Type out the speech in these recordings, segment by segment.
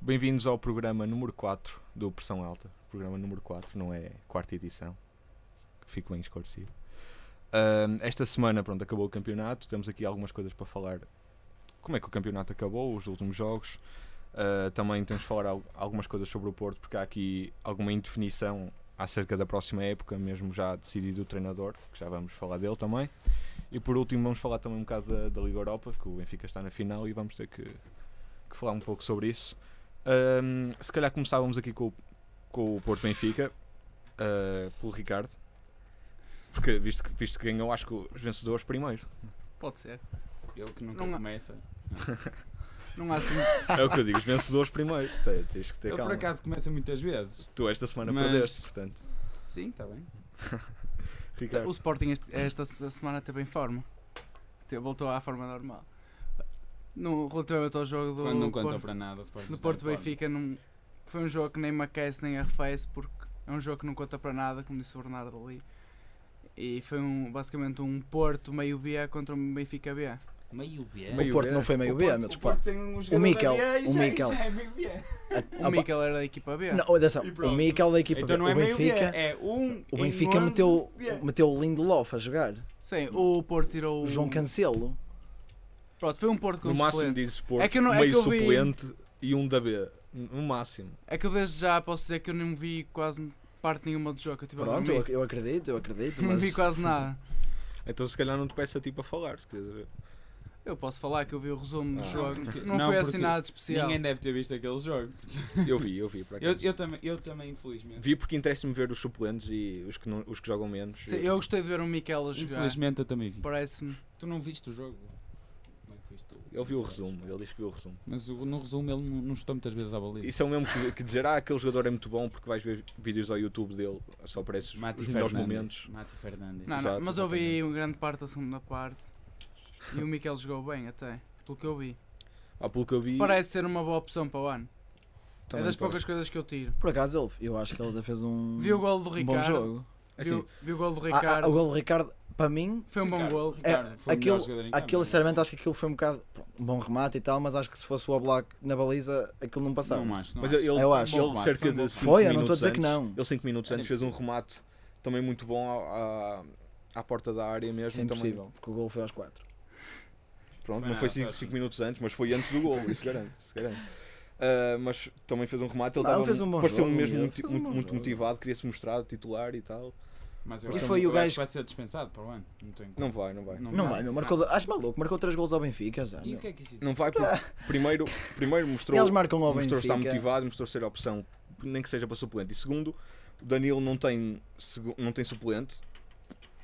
Bem-vindos ao programa número 4 do Pressão Alta. Programa número 4, não é quarta edição. Fico bem esclarecido. Ahm, esta semana, pronto, acabou o campeonato. Temos aqui algumas coisas para falar. Como é que o campeonato acabou, os últimos jogos. Ah, também temos de falar al- algumas coisas sobre o Porto, porque há aqui alguma indefinição acerca da próxima época, mesmo já decidido o treinador, que já vamos falar dele também. E por último, vamos falar também um bocado da, da Liga Europa, que o Benfica está na final e vamos ter que, que falar um pouco sobre isso. Ahm, se calhar começávamos aqui com, o- com o Porto Benfica, ah, pelo Ricardo, porque visto que, visto que ganhou, acho que os vencedores primeiro. Pode ser. Ele que nunca Não há- começa. Não há assim. É o que eu digo, os vencedores primeiro. Te- Tens que ter Ele por calma. acaso começa muitas vezes. Tu esta semana Mas- perdeste, portanto. Sim, está bem. Ricardo, O Sporting este- esta se- semana teve em forma. Te- Voltou à forma normal. No, relativamente ao jogo do, Quando não Porto, conta para nada, o Sporting do está em Porto forma. Benfica, não, foi um jogo que nem me aquece nem arrefece, porque é um jogo que não conta para nada, como disse o Bernardo ali. E foi um, basicamente um Porto meio B contra um Benfica B. Meio B. Meio o Porto B. não foi meio O B, Porto- meu o Porto tem despacho. um jogador Mikel, da B, o já- Mikel. já é meio B. O Um Mikel era da equipa B. Ah, Não, atenção, E o pronto. Mikel da equipa Então não B. é o meio B, Benfica, é um. o em Benfica 11 meteu, B. meteu o Lindelof a jogar. Sim, o Porto tirou O o. João Cancelo. Pronto, foi um Porto com no máximo suplente. dizes Porto, É que eu não- é meio que eu vi- suplente e um da B. No máximo. É que eu desde já posso dizer que eu não vi quase parte nenhuma do jogo. Eu tive a Pronto, dormir. eu, eu acredito, eu acredito. Não Mas vi quase nada. Então se calhar não te peço a ti para falar. se quiseres ver. Eu posso falar que eu vi o resumo do Ah, jogo. porque- não, não, foi porque assim nada de especial. Ninguém deve ter visto aquele jogo. Eu vi, eu vi. Por Eu, acaso. eu também, eu também, infelizmente. Vi porque interessa-me ver os suplentes e os que, não- os que jogam menos. Sim, eu gostei de ver o Miquel a jogar. Infelizmente eu também vi. Parece-me. Tu não viste o jogo? Como é que viste o- Ele viu o resumo, ele disse que viu o resumo. Mas o- no resumo ele não, não chutou muitas vezes à baliza. Isso é o mesmo que, que dizer, ah, aquele jogador é muito bom porque vais ver vídeos ao YouTube dele, só aparece os, Mati os melhores Fernandes. momentos. Mati Fernandes. Não, Exato, não, mas eu vi uma grande parte da segunda parte. E o Miquel jogou bem, até. Pelo que eu vi. Há pelo que eu vi. Parece ser uma boa opção para o ano. também é das pare- poucas coisas que eu tiro. por acaso ele, eu acho que ele ainda fez um, Vi o gol do um bom Ricardo. jogo. Assim, viu, vi o gol do Ah, ah, Ricardo. o gol do Ricardo, para mim, Foi um bom Ricardo, gol. Ricardo, foi o melhor aquilo- jogador em campo, aquilo não é? sinceramente acho que aquilo foi um bocado pronto, um bom remate e tal, mas acho que se fosse o Oblak na baliza aquilo não passava. Não acho, não Mas acho. ele, Eu acho. ele Bom remate, cerca foi um bom de 5 Foi, eu minutos não estou a dizer que antes, não. Ele 5 minutos antes fez um remate também muito bom à, à- à porta da área assim mesmo. Isso é também. impossível, porque o gol foi aos 4. Pronto, Foi não foi nada, foi 5 minutos antes, mas foi antes do gol, isso garanto. Isso garanto. Ah, mas também fez um remate, ele Não, estava fez um bom pareceu jogo, mesmo ele muito, fez um muito- bom muito jogo. motivado, queria se mostrar titular e tal. Mas eu E acho- foi o eu acho gajo- que vai ser dispensado para o ano. Não tenho Não vai, não vai. Não Não vai. vai, meu, marcou, acho maluco, marcou 3 gols ao Benfica já. E meu. o que é que isso Não vai porque primeiro, primeiro mostrou, Eles marcam ao mostrou tá estar Benfica. motivado, mostrou ser a opção, nem que seja para suplente. E segundo, o Danilo não tem, segu- não tem suplente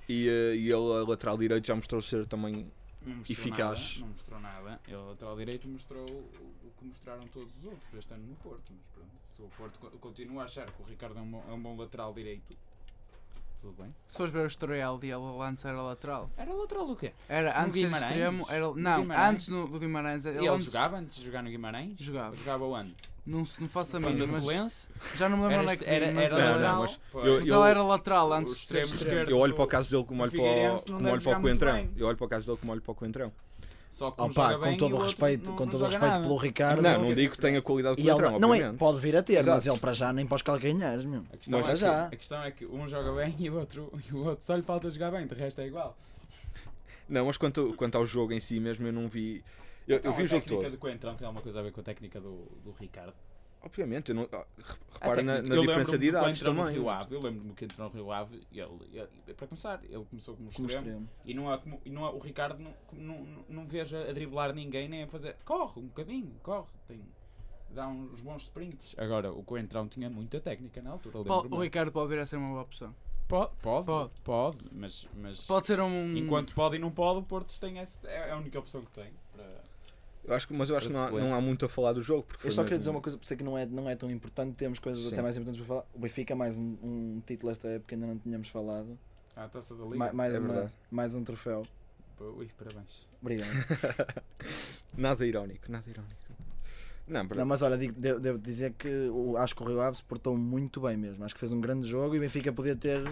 e, eh, e ele a lateral direito já mostrou ser também. Não mostrou Eficaz. Nada, não mostrou nada. Ele, lateral direito, mostrou o o que mostraram todos os outros este ano no Porto. Mas pronto, se o Porto co- continua a achar que o Ricardo é um bom, é um bom lateral direito, tudo bem. Se fores ver o historial dele, ele antes era lateral. Era lateral do quê? Era No antes de ser Guimarães? extremo. Era, No não, Guimarães? antes no- do Guimarães. E Ele, ele, antes jogava antes de jogar no Guimarães? Jogava. Jogava onde? Não, se- não faço a Contra mínima. o mas- Selense? Já não me lembro onde é que este- vi, mas era ele lateral. era- mas Pois. Mas Eu- ele era lateral antes os de ser extremos extremo. esquerdo. Eu olho para o caso dele como olho para o, Figueirense não como olho deve para o jogar muito Coentrão. bem. Eu olho para o caso dele como olho para o Coentrão. Só que um Opa, joga com bem e todo o outro respeito, não- com não todo o joga respeito nada. pelo Ricardo. não, não digo que tenha qualidade do E ele, Coentrão, não é, obviamente. pode vir a ter, mas Exato. ele para já nem para os calcanhares, meu. A questão, Mas é já já. Que, a questão é que um joga bem e o outro, e o outro só lhe falta jogar bem, de resto é igual. Não, mas quanto, quanto ao jogo em si mesmo, eu não vi. Eu, eu Então, vi o A jogo técnica todo. do Coentrão tem alguma coisa a ver com a técnica do, do Ricardo? Obviamente, eu não, ah, re- A repara na, técnica- na eu diferença lembro-me de do idades Coentrão no também. Rio Ave, eu lembro-me que entrou no Rio Ave, ele, ele- para começar, ele começou como Como extremo, extremo. e não há como, e não há, o Ricardo não, como não, não, não veja a driblar ninguém, nem a fazer, corre um bocadinho, corre, tem, dá uns bons sprints. Agora, o Coentrão tinha muita técnica na altura, eu Pa- lembro-me. O Ricardo pode vir a ser uma boa opção. Pode, pode, Pode. pode, mas, mas Pode ser um. enquanto pode e não pode, o Porto tem essa, é a única opção que tem para... Eu acho, que- mas eu acho que não há, Suplente. não há muito a falar do jogo. Porque Eu foi só queria mesmo- dizer uma coisa, por isso é que não é, não é tão importante, temos coisas Sim. até mais importantes para falar. O Benfica, mais um, um título esta época, ainda não tínhamos falado. Ah, a taça da Liga. Ma- mais, é uma- verdade. mais um troféu. Ui, parabéns. Obrigado. Nada irónico, nada irónico. Não, não, mas olha, digo- de- devo dizer que o- acho que o Rio Ave se portou muito bem mesmo. Acho que fez um grande jogo e o Benfica podia ter,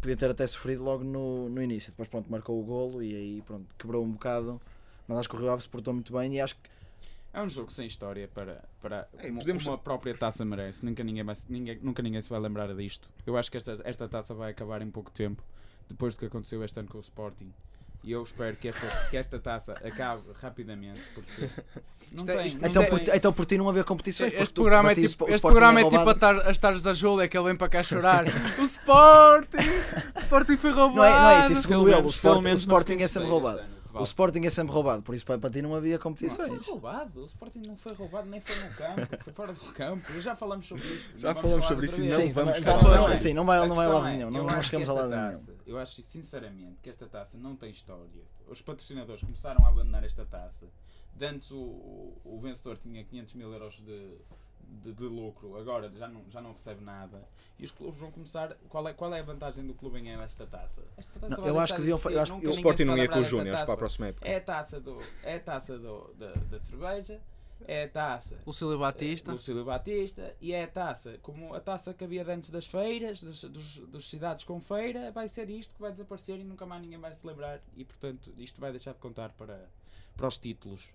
podia ter até sofrido logo no, no início. Depois, pronto, marcou o golo e aí, pronto, quebrou um bocado. Mas acho que o Rio Ave se portou muito bem e acho que É um jogo sem história para, para Ei, como, podemos- como a própria taça merece. Nunca ninguém, vai, ninguém- nunca ninguém se vai lembrar disto. Eu acho que esta, esta taça vai acabar em pouco tempo, depois do que aconteceu este ano com o Sporting. E eu espero que esta, que esta taça acabe rapidamente, porque não Isto é- isto- tem- não isto Então, tem- é- por, ti- então por ti não haver competições. Este porque tu programa é batias tipo, o este Sporting programa a é tipo a roubado. tar, as tardes da Júlia, que ele vem para cá chorar. o Sporting! O Sporting foi roubado! Não é, não é isso, e segundo ele, menos- o, pelo Sport, o menos Sporting é não sempre sei, roubado. este ano, que O vale. Sporting é sempre roubado, por isso para, para ti não havia Não competições. foi roubado, o Sporting não foi roubado, nem foi no campo, foi fora do campo. Já falamos sobre isto. Já não vamos falamos falar sobre outra isso e vez. não Sim, vamos vamos falar. A não, questão é- assim, não vai, não vai a lá questão é, nenhum, eu não, acho não que chegamos a esta lado nenhum. taça- Eu acho sinceramente que esta taça não tem história. Os patrocinadores começaram a abandonar esta taça. De Antes o, o- o vencedor tinha 500 mil euros de, de, de lucro, agora já não, já não recebe nada. E os clubes vão começar. Qual é, qual é a vantagem do clube em ganhar esta taça? Esta taça Não, vai eu acho deixar que de deviam fa- eu existir, acho que O nunca ninguém Sporting se vai não ia lembrar com os desta Júniors para a taça. próxima época. É a taça, do, é a taça do, da, da cerveja, é a taça Lucílio eh, Batista. Lucílio Batista, e é a taça. Como a taça que havia de antes das feiras, dos, dos, dos cidades com feira, vai ser isto que vai desaparecer e nunca mais ninguém vai se lembrar. E portanto, isto vai deixar de contar para, para os títulos.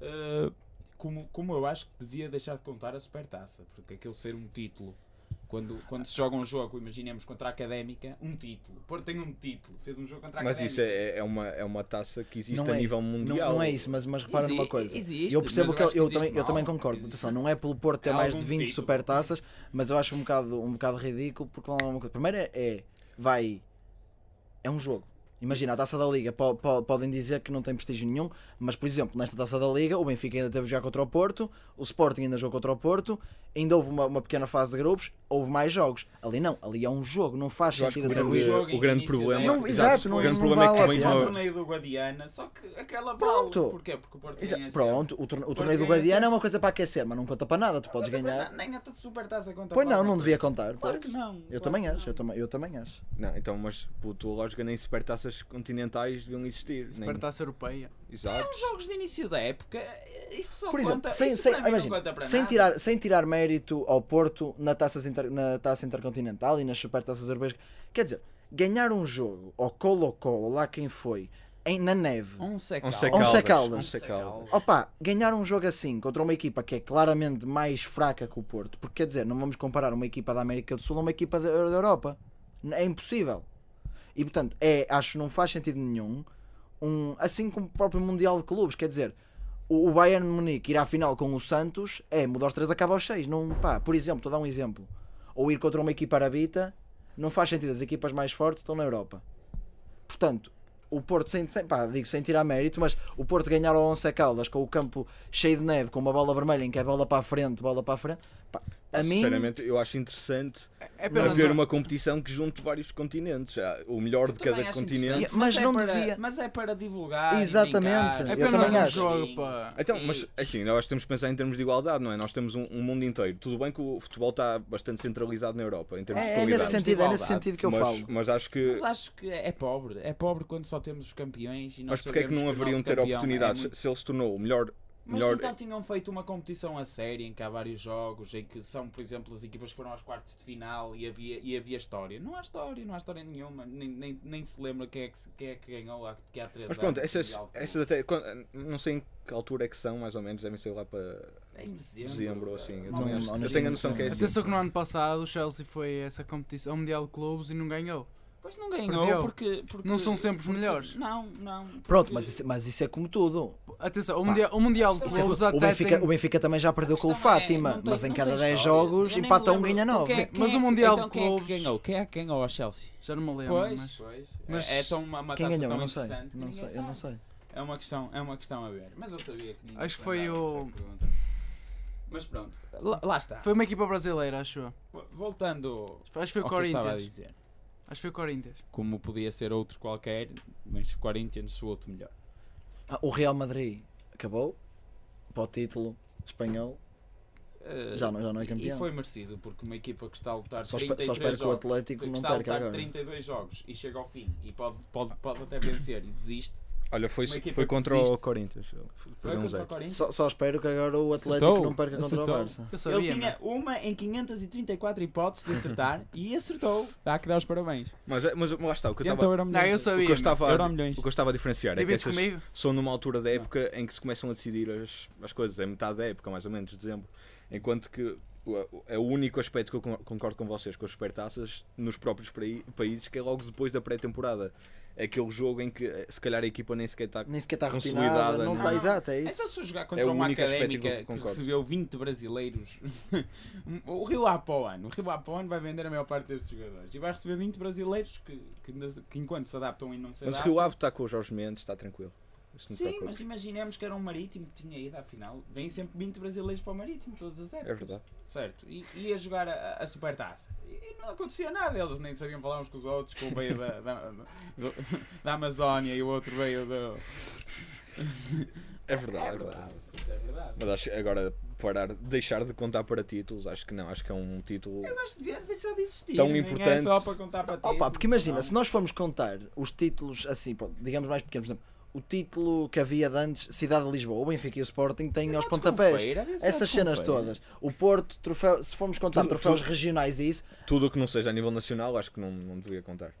Eh, como, como eu acho que devia deixar de contar a supertaça, porque aquele ser um título. Quando, quando se joga um jogo, imaginemos contra a académica, um título. O Porto tem um título, fez um jogo contra a Mas académica. isso é, é, uma, é uma taça que existe Não a é- nível não- mundial. Não é isso, mas, mas repara Exi- numa coisa. existe, eu mas percebo eu que eu, acho que eu existe também, eu mal. também concordo. Existe. Atenção, não é pelo Porto ter É mais de algum 20 título. supertaças, mas eu acho um bocado, um bocado ridículo porque vamos lá uma coisa. Primeiro é- é, vai, é um jogo. Imagina, a taça da Liga, po- po- podem dizer que não tem prestígio nenhum, mas por exemplo, nesta taça da Liga, o Benfica ainda teve de jogar contra o Porto, o Sporting ainda jogou contra o Porto, ainda houve uma, uma pequena fase de grupos, houve mais jogos. Ali não, ali é um jogo, não faz Eu acho sentido que atribuir. grande- jogo o grande início problema. da época. Não, exato, não- o grande não problema é que tu vale vens a É o pena. uma. torneio do Guadiana, só que aquela Pronto. vale. Porquê? Porque o Porto é- Exa- tinha Pronto, o, torne- o Porque torneio do é Guadiana sempre- é uma coisa para aquecer, mas não conta para nada, tu podes ganhar. Então, Nem a supertaça conta Pois para não, alguma não devia coisa. contar. Claro pois. que não. Eu claro também que acho, eu não. também, eu também acho. Não, então, mas pela tua lógica, nem supertaças continentais deviam existir. nem- Supertaça Europeia. Exato. Os jogos de início da época, eh, isso só Por conta. exemplo, sem, isso sem, para mim não conta imagina, para sem, nada. tirar, sem tirar mérito ao Porto na, taças inter- na taça intercontinental e nas supertaças europeias, quer dizer, ganhar um jogo ao Colo-Colo, lá quem foi, em- na neve, Um secal. Onze Onze Caldas. Caldas. Onze Caldas. Opa, ganhar um jogo assim contra uma equipa que é claramente mais fraca que o Porto, porque quer dizer, não vamos comparar uma equipa da América do Sul a uma equipa da, da Europa. N- É impossível. E portanto, é, acho que não faz sentido nenhum, um, assim como o próprio Mundial de Clubes, quer dizer, o, o Bayern de Munique ir à final com o Santos é mudar os 3 acaba aos 6. Não, pá, por exemplo, estou a dar um exemplo. Ou ir contra uma equipa arabita, não faz sentido, as equipas mais fortes estão na Europa. Portanto, o Porto, sem, sem- pá, digo sem tirar mérito, mas o Porto ganhar ao Once Caldas com o campo cheio de neve, com uma bola vermelha em que é bola para a frente, bola para a frente, pá, a mim, Sinceramente, eu acho interessante É apenas haver um- uma competição que junte vários continentes. Ah, O melhor de cada continente. interessante. Mas não é para, devia. Mas é para divulgar. e Exatamente, brincar. eu É Eu apenas também um acho. jogo para. Então, mas assim, nós temos que pensar em termos de igualdade, não é? Nós temos um, um mundo inteiro. Tudo bem que o futebol está bastante centralizado na Europa, em termos de é, é qualidade. nesse sentido, é nesse Igualdade, sentido que eu mas, falo. mas acho que. Mas acho que é pobre. É pobre quando só temos os campeões e nós Mas porque é que sabemos não o haveriam de nosso ter campeão é oportunidades? muito Se ele se tornou o melhor. Mas melhor... é- então tinham feito uma competição a sério em que há vários jogos, em que são, por exemplo, as equipas foram aos quartos de final e havia, e havia história. Não há história, não há história nenhuma, nem, nem, nem se lembra quem é que, se- quem é que ganhou há, que há três Mas pronto, anos. essas, Mundial de essas até. quan- Não sei em que altura é que são, mais ou menos, devem ser lá para Clubes. É Em dezembro. eh, dezembro ou assim. Eu, Mal- também Não, acho- não, eu não tenho a digo noção que que é não. assim. Atenção que no ano passado o Chelsea foi a essa competição ao Mundial de Clubes e não ganhou. Pois não ganhou Perdeu. porque, porque- Não são sempre os porque- melhores. Não, não. porque- Pronto, mas isso, mas isso é como tudo. Atenção, o Mundial, o mundial de Isso Isso é Clubes como- o, até Benfica, tem... o Benfica também já perdeu com o questão é, Fátima, não tem- mas em não cada tem 10 história. jogos Eu nem empata me um, lembro. ganha 9. Quem é- Sim, quem mas é o que- Mundial então de quem é que Clubes- ganhou? Quem é que ganhou ao Chelsea? Já não me lembro, Pois, mas. pois. mas é, é tão uma, uma Quem taça ganhou? tão Não sei. interessante que Não ninguém sei, eu não sei. É uma questão, é uma questão a ver. Mas eu sabia que ninguém Acho que se foi lembrava o- dessa pergunta. Mas pronto, lá, lá está. Foi uma equipa brasileira, acho eu. Vo- Voltando Acho que foi o ao que eu estava a Corinthians. dizer. Acho que foi o Corinthians. Como podia ser outro qualquer, mas o Corinthians o outro melhor. Ah, o Real Madrid acabou para o título espanhol, Eh, já não, já não é campeão. E foi merecido, porque uma equipa que está a lutar Só, espe- 33 só espero que o jogos, Atlético que não está a perca lutar agora. 32 jogos e chega ao fim e pode, pode, pode até vencer e desiste, Olha, foi, Uma equipa foi que contra o desiste. Corinthians. Perdeu Foi um contra o zero. Corinthians. Só, só espero que agora o Atlético Acertou. não perca contra Acertou. o Barça. Eu sabia, é? Ele tinha mano. uma em 534 hipóteses de acertar e acertou. Dá que dar os parabéns. Mas, mas lá está, o que eu Então estava. eram Não, eu O sabia. que eu estava a- Euro milhões. o que eu estava a diferenciar é que Divides essas comigo? são numa altura da época em que se começam a decidir as, as coisas, é metade da época, mais ou menos, dezembro. Enquanto que o- é o único aspecto que eu con- concordo com vocês, com as supertaças, nos próprios praí- países, que é logo depois da pré-temporada. É aquele jogo em que eh, se calhar a equipa nem sequer tá está. Nem sequer está Consolidada, retinada. Não não. está Não. exato, é Então isso. se eu jogar contra É o uma único aspecto que eu académica que, concordo. recebeu 20 brasileiros, o Rio lá para o ano, o Rio lá para o ano vai vender a maior parte destes jogadores e vai receber 20 brasileiros que, que, ainda se- que enquanto se adaptam e não se Mas adaptam. Rio Ave está com o Jorge Mendes, está tranquilo. Isto não te Sim, preocupes. mas imaginemos que era um marítimo que tinha ido à final. Vem sempre 20 brasileiros para o marítimo, todos a zero. É verdade. Certo, e ia jogar a, a supertaça. E não acontecia nada, eles nem sabiam falar uns com os outros, que um veio da, da, do- da Amazónia e o outro veio do. É verdade, é verdade. Mas acho que agora parar, deixar de contar para títulos, acho que não, acho que é um título. Mas devia deixar de existir. Tão nem É importante. só para contar para ti. Opa, porque imagina, é? se nós formos contar os títulos assim, pronto, digamos mais pequenos, por exemplo, o título que havia de antes, Cidade de Lisboa, o Benfica e o Sporting têm é aos pontapés. Essas cenas todas. O Porto, troféu, se formos contar Tudo- troféus tudo. regionais e isso, Tudo o que não seja a nível nacional, acho que não, não deveria contar.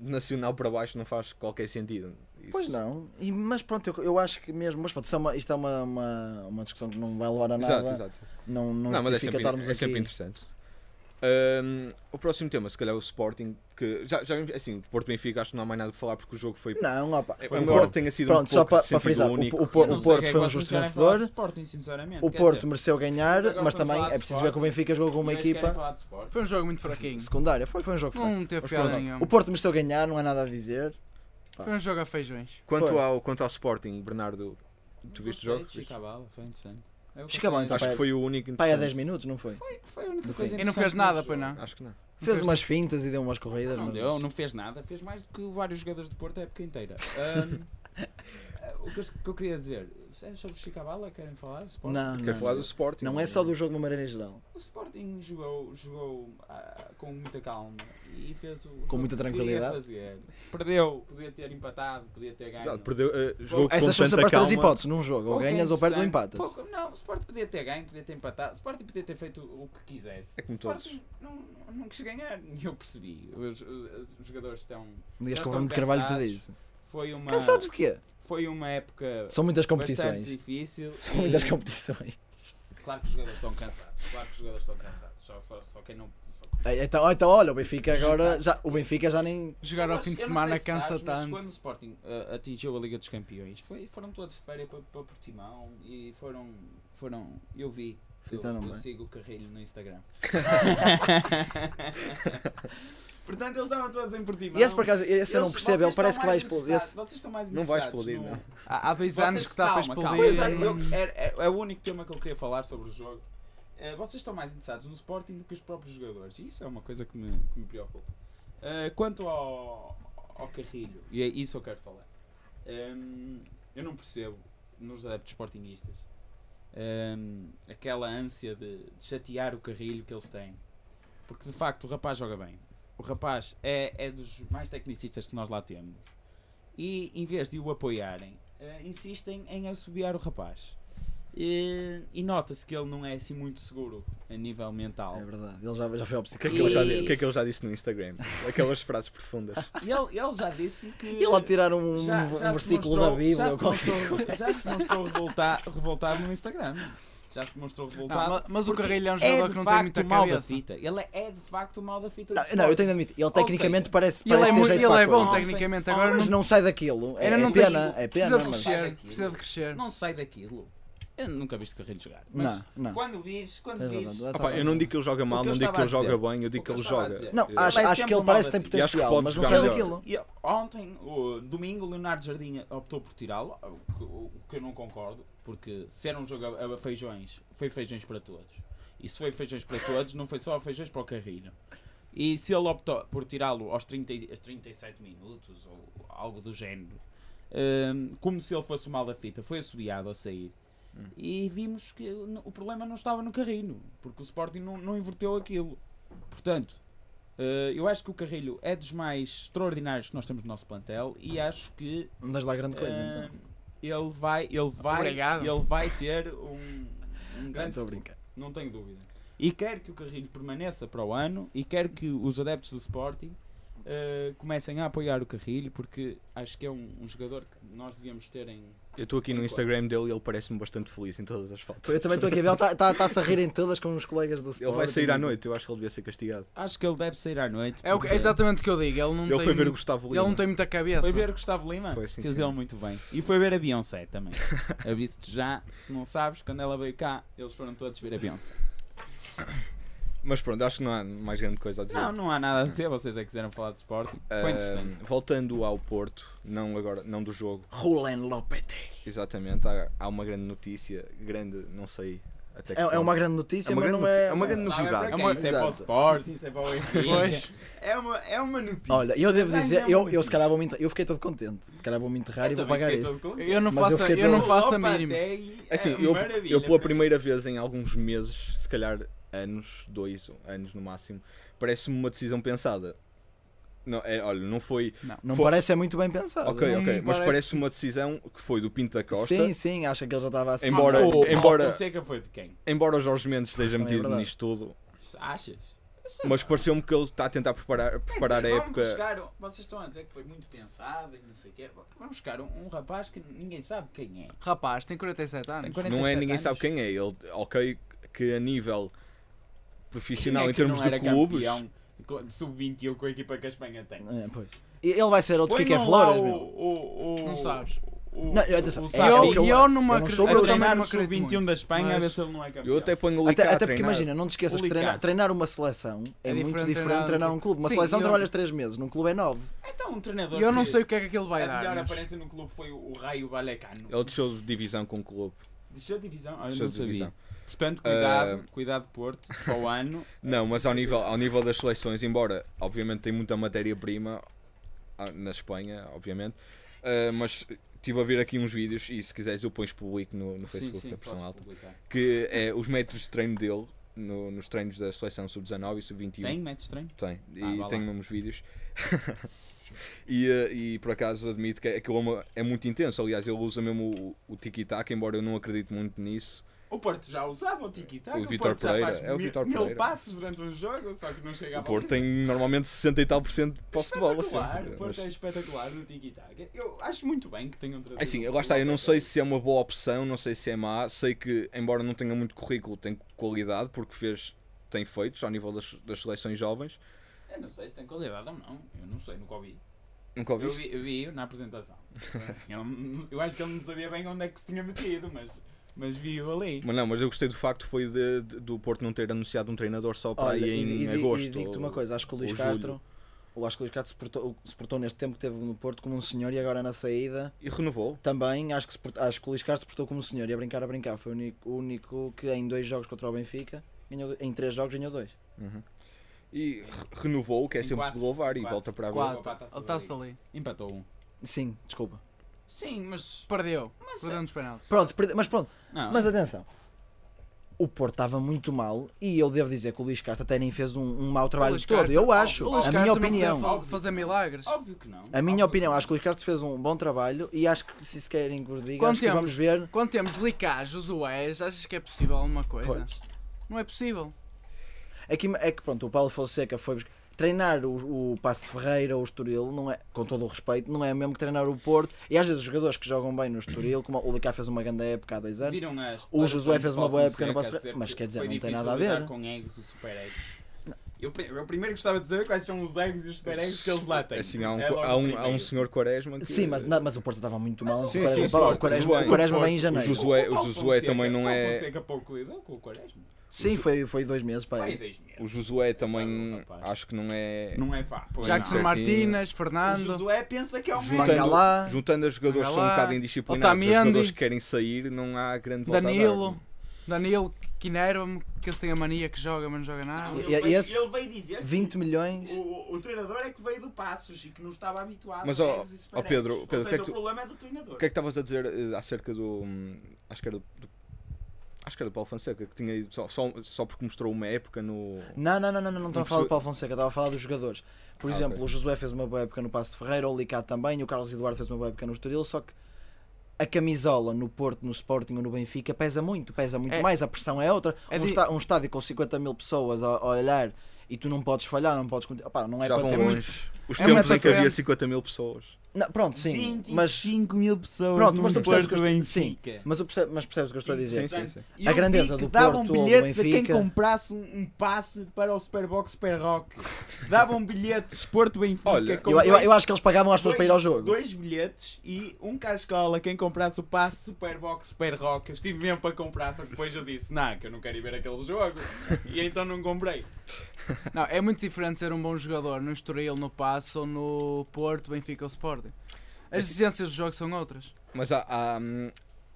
Nacional para baixo não faz qualquer sentido. Isso- pois não. E, mas pronto, eu, eu acho que mesmo, mas pronto, isto é, uma, isto é uma, uma, uma discussão que não vai levar a nada. Exato, exato. Não, não, Não, mas é justifica sempre, estarmos é sempre aqui. interessante. Hum, o próximo tema, se calhar o Sporting, que já, já vimos- assim, o Porto Benfica acho que não há mais nada para falar porque o jogo foi. Não, opa. É, o embora Porto- tenha sido Pronto, um só pouco para, de sentido para frisar, o, único. o, Por- Eu não o sei Porto que é foi que um vocês justo querem falar de vencedor. Sporting, sinceramente. O Quer Porto dizer, mereceu ganhar, agora mas estamos a também falar de é preciso ver que o Sporting. Benfica jogou com uma é os gajos querem equipa falar de Sporting. Foi um jogo muito fraquinho. secundária. Foi, foi um jogo fraco. Não teve Mas piada pronto, Hum. nenhuma. O Porto mereceu ganhar, não há nada a dizer. Foi um jogo a feijões. Quanto Foi. ao, quanto ao Sporting, Bernardo, tu viste o Gostei jogo? de Chicabala, foi interessante. É o que Chicabala, eu então, Acho Pai, que foi o único Pai, há interessante. 10 minutos, não foi? Foi a única No coisa fim. E não fez interessante nada, do pois jogo. não? Acho que não. Fez fez umas fintas e deu umas corridas, Não mas. deu, não fez nada, fez mais do que vários jogadores de Porto a época inteira. Ahm, o que eu- que eu queria dizer, é sobre Chicabala, querem falar? Sporting? Não, Quer falar do não. Sporting? Não é só do jogo de uma maneira geral. O Sporting jogou, jogou ah, com muita calma e fez o Com jogo muita que queria tranquilidade. fazer. Perdeu, podia ter empatado, podia ter ganho. Exato, perdeu, eh, jogou com Essas são sempre tanta as três calma. hipóteses num jogo. Ou Pouco é ganhas, ou perdes, ou interessante. empatas. Pouco- não, o Sporting podia ter ganho, podia ter empatado. O Sporting podia ter feito o que quisesse. É como O Sporting não, não quis ganhar, e eu percebi. Os, os- os jogadores estão. Dias Já que o Bruno estão Carvalho te cansados. diz. Foi uma, Cansados de quê? foi uma época São muitas bastante competições. difícil. São e- muitas competições. Claro que os jogadores estão cansados. Claro que os jogadores estão cansados. Só, só, só quem não. Só... Ei, Então, então, olha, o Benfica agora. Já, o Benfica já nem. Jogar ao Mas fim de eu não semana sei se cansa sabes, mas Quando tanto. o Sporting ah, atingiu a Liga dos Campeões, foi, foram todos de férias para, para Portimão e foram. foram eu vi. Eu, Fizeram eu bem. sigo o Carrilho no Instagram. Portanto, eles estavam todos em Portimão. E esse por acaso, esse eu não Eles- percebo, vocês ele estão parece que vai mais explodir. interessados- Esse- Vocês estão mais Não vai interessados explodir, no- não. Há, há dois Vocês- anos que está para calma, calma. explodir. Pois é, eu- é, é- é o único tema que eu queria falar sobre o jogo. Eh, vocês estão mais interessados no Sporting do que os próprios jogadores. E isso é uma coisa que me, que me preocupa. Eh, quanto ao, ao Carrilho, e é isso que eu quero falar. Ehm, eu não percebo nos adeptos sportinguistas ehm, aquela ânsia de, de chatear o Carrilho que eles têm. Porque de facto o rapaz joga bem. O rapaz é, é dos mais tecnicistas que nós lá temos e em vez de o apoiarem, eh, insistem em assobiar o rapaz. E, e nota-se que ele não é assim muito seguro a nível mental. É verdade, ele já, já foi ao O que, é psiquiatra. que ele já, E- di- o que é que ele já disse no Instagram? Aquelas frases profundas. E ele, ele já disse que. Ele a tirar um, já- um já se versículo mostrou- da Bíblia ou Já qualquer se mostrou, já se mostrou revolta- revoltado no Instagram. Já se mostrou revoltado. Não, ma- mas o porque Carrilho é um de jogador que não tem facto muita mal da cabeça. fita. Ele é- é de facto o mal da fita. do Não, não, Sporting. eu tenho de admitir. Ele tecnicamente seja, parece, E ele parece é, ter muito, jeito ele para é a bom coisa. tecnicamente, agora Mas não, não sai daquilo. É, Ainda é não tem- pena, é pena. precisa de mas- crescer, Mas- precisa de crescer. Não sai daquilo. Eu nunca viste Carrilho jogar. Mas Não, não. quando vires, quando Tens vires. razão, Opa, eu não digo tá que ele joga mal, O que eu não digo que ele estava a joga dizer. bem, eu digo O que que ele eu estava a joga. dizer. Não, Eh, acho, Vai acho que sempre ele mal parece que tem daqui. E acho que potencial, pode mas não jogar sai melhor. é daquilo. E ontem, o domingo, o Leonardo Jardim optou por tirá-lo, o que- o que eu não concordo, porque se era um jogo a a feijões, foi feijões para todos. E se foi feijões para todos, não foi só feijões para o Carrilho. E se ele optou por tirá-lo aos 30, e- aos 37 minutos, ou algo do género, hum, como se ele fosse o mal da fita, foi assobiado a sair. E vimos que n- o problema não estava no Carrilho, porque o Sporting não, não inverteu aquilo. Portanto, Eh, eu acho que o Carrilho é dos mais extraordinários que nós temos no nosso plantel e acho que Não das lá grande coisa, eh, então. ele vai, ele vai, Tá Obrigado. ele vai ter um, um Não grande estou a futuro. brincar. Não tenho dúvida. E quero que o Carrilho permaneça para o ano e quero que os adeptos do Sporting eh, comecem a apoiar o Carrilho porque acho que é um, um jogador que nós devíamos ter em. Eu estou aqui no Instagram dele e ele parece-me bastante feliz em todas as fotos. Eu também estou aqui a ver, ele está-se a rir em todas com os colegas do Ele Sport. vai sair à noite, eu acho que ele devia ser castigado. Acho que ele deve sair à noite. É, o que- é porque exatamente o que eu digo. Ele não Ele tem, foi ver o Gustavo ele Lima. não tem muita cabeça. Foi ver Gustavo Lima? Foi, sim, Fez sim. ele muito bem. E foi ver a Beyoncé também. Aviso-te já, se não sabes, quando ela veio cá, eles foram todos ver a Beyoncé. Mas pronto, acho que não há mais grande coisa a dizer. Não, não há nada a dizer, vocês é que quiseram falar de Sporting. Foi Ah, interessante. voltando ao Porto, não agora, não do jogo, Rulen Lopete. exatamente, há, há uma grande notícia, grande, não sei até que É, é ponto. uma grande notícia, É uma mas grande não é. noti- é uma grande mas- novidade. É Sabe, para uma- quem? Isso é para o exato. Sporting, isso é para o Benfica. Pois. É uma, é uma notícia. Olha, eu devo Mas dizer, ainda é eu, uma eu se calhar vou me enterrar, eu fiquei todo contente. Se calhar vou me enterrar e vou também pagar fiquei isto. todo contente. Eu não Mas eu faço, fiquei eu não todo- faço a Opa, mínima. até aí, Assim, é eu, maravilha. eu pela primeira vez em alguns meses, se calhar anos, dois anos no máximo, parece-me uma decisão pensada. Não, é, olha, não foi. Não Foi- parece é muito bem pensado. é? Ok, não ok, me mas parece- parece uma decisão que foi do Pinto da Costa. Sim, sim, acha que ele já estava assim. Embora- O- o embora- Fonseca foi de quem? Embora o Jorge Mendes esteja Também é metido verdade. nisto tudo, Achas? mas pareceu-me que ele está a tentar preparar, preparar Quer a dizer, época. Vamos buscar, um- vocês estão a dizer que foi muito pensado e não sei o quê. Vamos buscar um, um rapaz que ninguém sabe quem é. Rapaz, tem 47 anos. Tem 40 Não é 47 ninguém anos. sabe quem é. Ele, ok, que a nível profissional Quem é em que termos não de era clubes. campeão de co- de Sub-21 com a equipa que a Espanha tem. É, pois. E Ele vai ser outro Põe que é não lá Flores, o- meu. o- o- Não sabes. o- Não, eu- atenção, o é E Sá- Sabe, eu, é que eu- e eu não me eu não acredito. sou Eu, também brasileiro. treinar não o acredito. Sub-21 muito. da Espanha a ver Mas- se ele não é campeão. Eu até ponho o Até, Licá a até porque treinar. imagina, não te esqueças O que treinar, Licá. treinar uma seleção é, É muito diferente diferente de treinar um clube. Uma Sim, seleção eu- trabalhas 3 meses, num clube é 9. Então, um treinador E eu não que sei o que é que aquilo vai a melhor dar. mas- aparência no clube foi o o Raio Vallecano. Ele deixou de divisão com o clube. Deixou a divisão. Ah, eu Deixou não de divisão. sabia. Portanto, cuidado, cuidado Porto, para o ano. Não, mas ao nível, ao nível das seleções, embora obviamente tem muita matéria-prima ah, na Espanha, obviamente, ah, mas estive a ver aqui uns vídeos e se quiseres eu pões público no, no Facebook da Pressão podes Alta, publicar. que é os métodos de treino dele no- nos treinos da seleção sub-19 e sub-21. Tem, mete estranho. Tem, Ah, e vá tem lá. mesmo os vídeos. e, eh, e por acaso admito que aquilo é uma- é muito intenso. Aliás, ele usa mesmo o, o tiki-taka, embora eu não acredite muito nisso. O Porto já usava o tiki-taka. O Vítor Porto já Pereira, faz é o mil- Vítor mil Pereira. passos durante um jogo, só que não chegava O ao Porto fim. tem normalmente 60 e tal por cento de posse de bola. Espetacular, sempre, o Porto é mas- espetacular no tiki-taka. Eu acho muito bem que tenham trazido. Assim, o lá está, eu não Lopez. sei se é uma boa opção, não sei se é má. Sei que, embora não tenha muito currículo, tem qualidade, porque fez, tem feitos ao nível das, das seleções jovens. Eu não sei se tem qualidade ou não. Eu não sei, nunca ouvi. Nunca Eu ouviste? vi, eu vi na apresentação. Ele- eu acho que ele não sabia bem onde é que se tinha metido, mas, mas vi-o ali. Mas não, mas eu gostei do facto foi de- de- do Porto não ter anunciado um treinador só para Olha, aí em e, e, agosto. e digo-te ou- uma coisa, acho que o Luís ou julho. Castro, eu acho que o Luís Castro se portou, se portou neste tempo que teve no Porto como um senhor e agora na saída E renovou. também acho que, se portou- acho que o Luís Castro se portou como um senhor e a brincar a brincar. Foi o único, o único que em dois jogos contra o Benfica, ganhou, em três jogos ganhou dois. E re- renovou, o que é Em sempre quatro. de louvar, e Quatro. volta para a boa. Quatro. Quatro. Ele está-se ali. Empatou um. Sim, desculpa. Sim, mas. Perdeu. Mas- é Perdeu nos penaltis. Pronto, perde- mas pronto, Ah. Não, mas atenção. O Porto estava muito mal e eu devo dizer que o Luís Castro até nem fez um, um mau O trabalho Luís todo, Castro- eu o acho, Luís é Castro a minha não podia opinião. fa- fazer milagres. óbvio que não. A minha Óbvio que opinião, não. acho que o Luís Castro fez um bom trabalho e acho que se se querem que vos diga, Quanto acho que tempo? vamos ver. Quando temos Licá, Josués, achas que é possível alguma coisa? Não é possível. É que, é que pronto, o Paulo Fonseca foi buscar. Treinar o, o Passo de Ferreira ou o Estoril, não é, com todo o respeito, não é mesmo que treinar o Porto. E às vezes os jogadores que jogam bem no Estoril, como o Licá fez uma grande época há dois anos, Viram as é O declarações Josué de fez uma Paulo boa época Fonseca no a Barcelona, dizer mas que quer dizer, foi não tem difícil nada a ver. lidar com egos e super-egos. Eu, pri- eu primeiro gostava de dizer quais são os egos e os super-egos que eles lá têm. Assim, há um, É logo há um, há um primeiro. senhor Quaresma que. Sim, mas, não, mas o Porto estava muito mal. Sim, o Quaresma, sim, pá, Porto, o Quaresma, tudo o Quaresma bem. vem em O janeiro. Josué, O o Paulo Josué Fonseca- também não Paulo é. Fonseca pouco lidou com o Quaresma. Sim, foi, foi dois meses para Vai, aí. dois meses. O Josué também Ah, Rapaz. acho que não é. Não é fácil. Pois Jackson não. Martínez, não. O Fernando. Josué pensa que é um Juntando- egos. Mangalá. juntando os jogadores que são um Mangalá, bocado indisciplinados, os Otamendi. jogadores que querem sair, não há grande volta a Danilo, dar. Danilo Quinero, que ele tem a mania que joga, mas não joga nada. Não, E- ele, veio, esse- ele veio dizer 20 milhões. que o, o- o treinador é que veio do Passos e que não estava habituado Mas, a ó- egos e ó super-egos. Pedro, Ou Pedro, o que seja, é que tu- problema é do O treinador. que é que estavas a dizer eh, acerca do. hum, Acho que era do. do- Acho que era do Paulo Fonseca, que tinha ido só, só, só porque mostrou uma época no. Não, não, não, não, não, não estava a falar pessoa- do Paulo Fonseca, estava a falar dos jogadores. Por Ah, exemplo, ok. o Josué fez uma boa época no Passo de Ferreira, o Licado também, o Carlos Eduardo fez uma boa época no Estoril, só que a camisola no Porto, no Sporting ou no Benfica pesa muito, pesa muito É- mais, a pressão é outra. é um, di- está- um estádio com 50 mil pessoas a, a olhar e tu não podes falhar, não podes. conti- Opá, não é Já para vão ter muito- longe. Os É uma tempos em que havia diferença. 50 mil pessoas. Não, pronto, sim, mas, mil pessoas Pronto, num mas tu percebes que eu Porto estou- Benfica. mas, eu percebo- mas percebes o que eu estou a dizer? Sim, sim, sim. E A eu vi grandeza que do davam Porto ou do bilhetes a quem Benfica. comprasse um, um passe para o Superbox Superrock. davam bilhetes Porto Benfica. Olha, com Eu, eu, dois- eu acho que eles pagavam às pessoas para ir ao dois- jogo. Dois bilhetes e um cascola quem comprasse o passe Superbox Superrock. Eu estive mesmo para comprar, só que depois eu disse, não, que eu não quero ir ver aquele jogo. e então não comprei. Não, é muito diferente ser um bom jogador no Estoril, no Passo, ou no Porto, Benfica ou Sporting. As exigências do jogo são outras. Mas há. há, hum,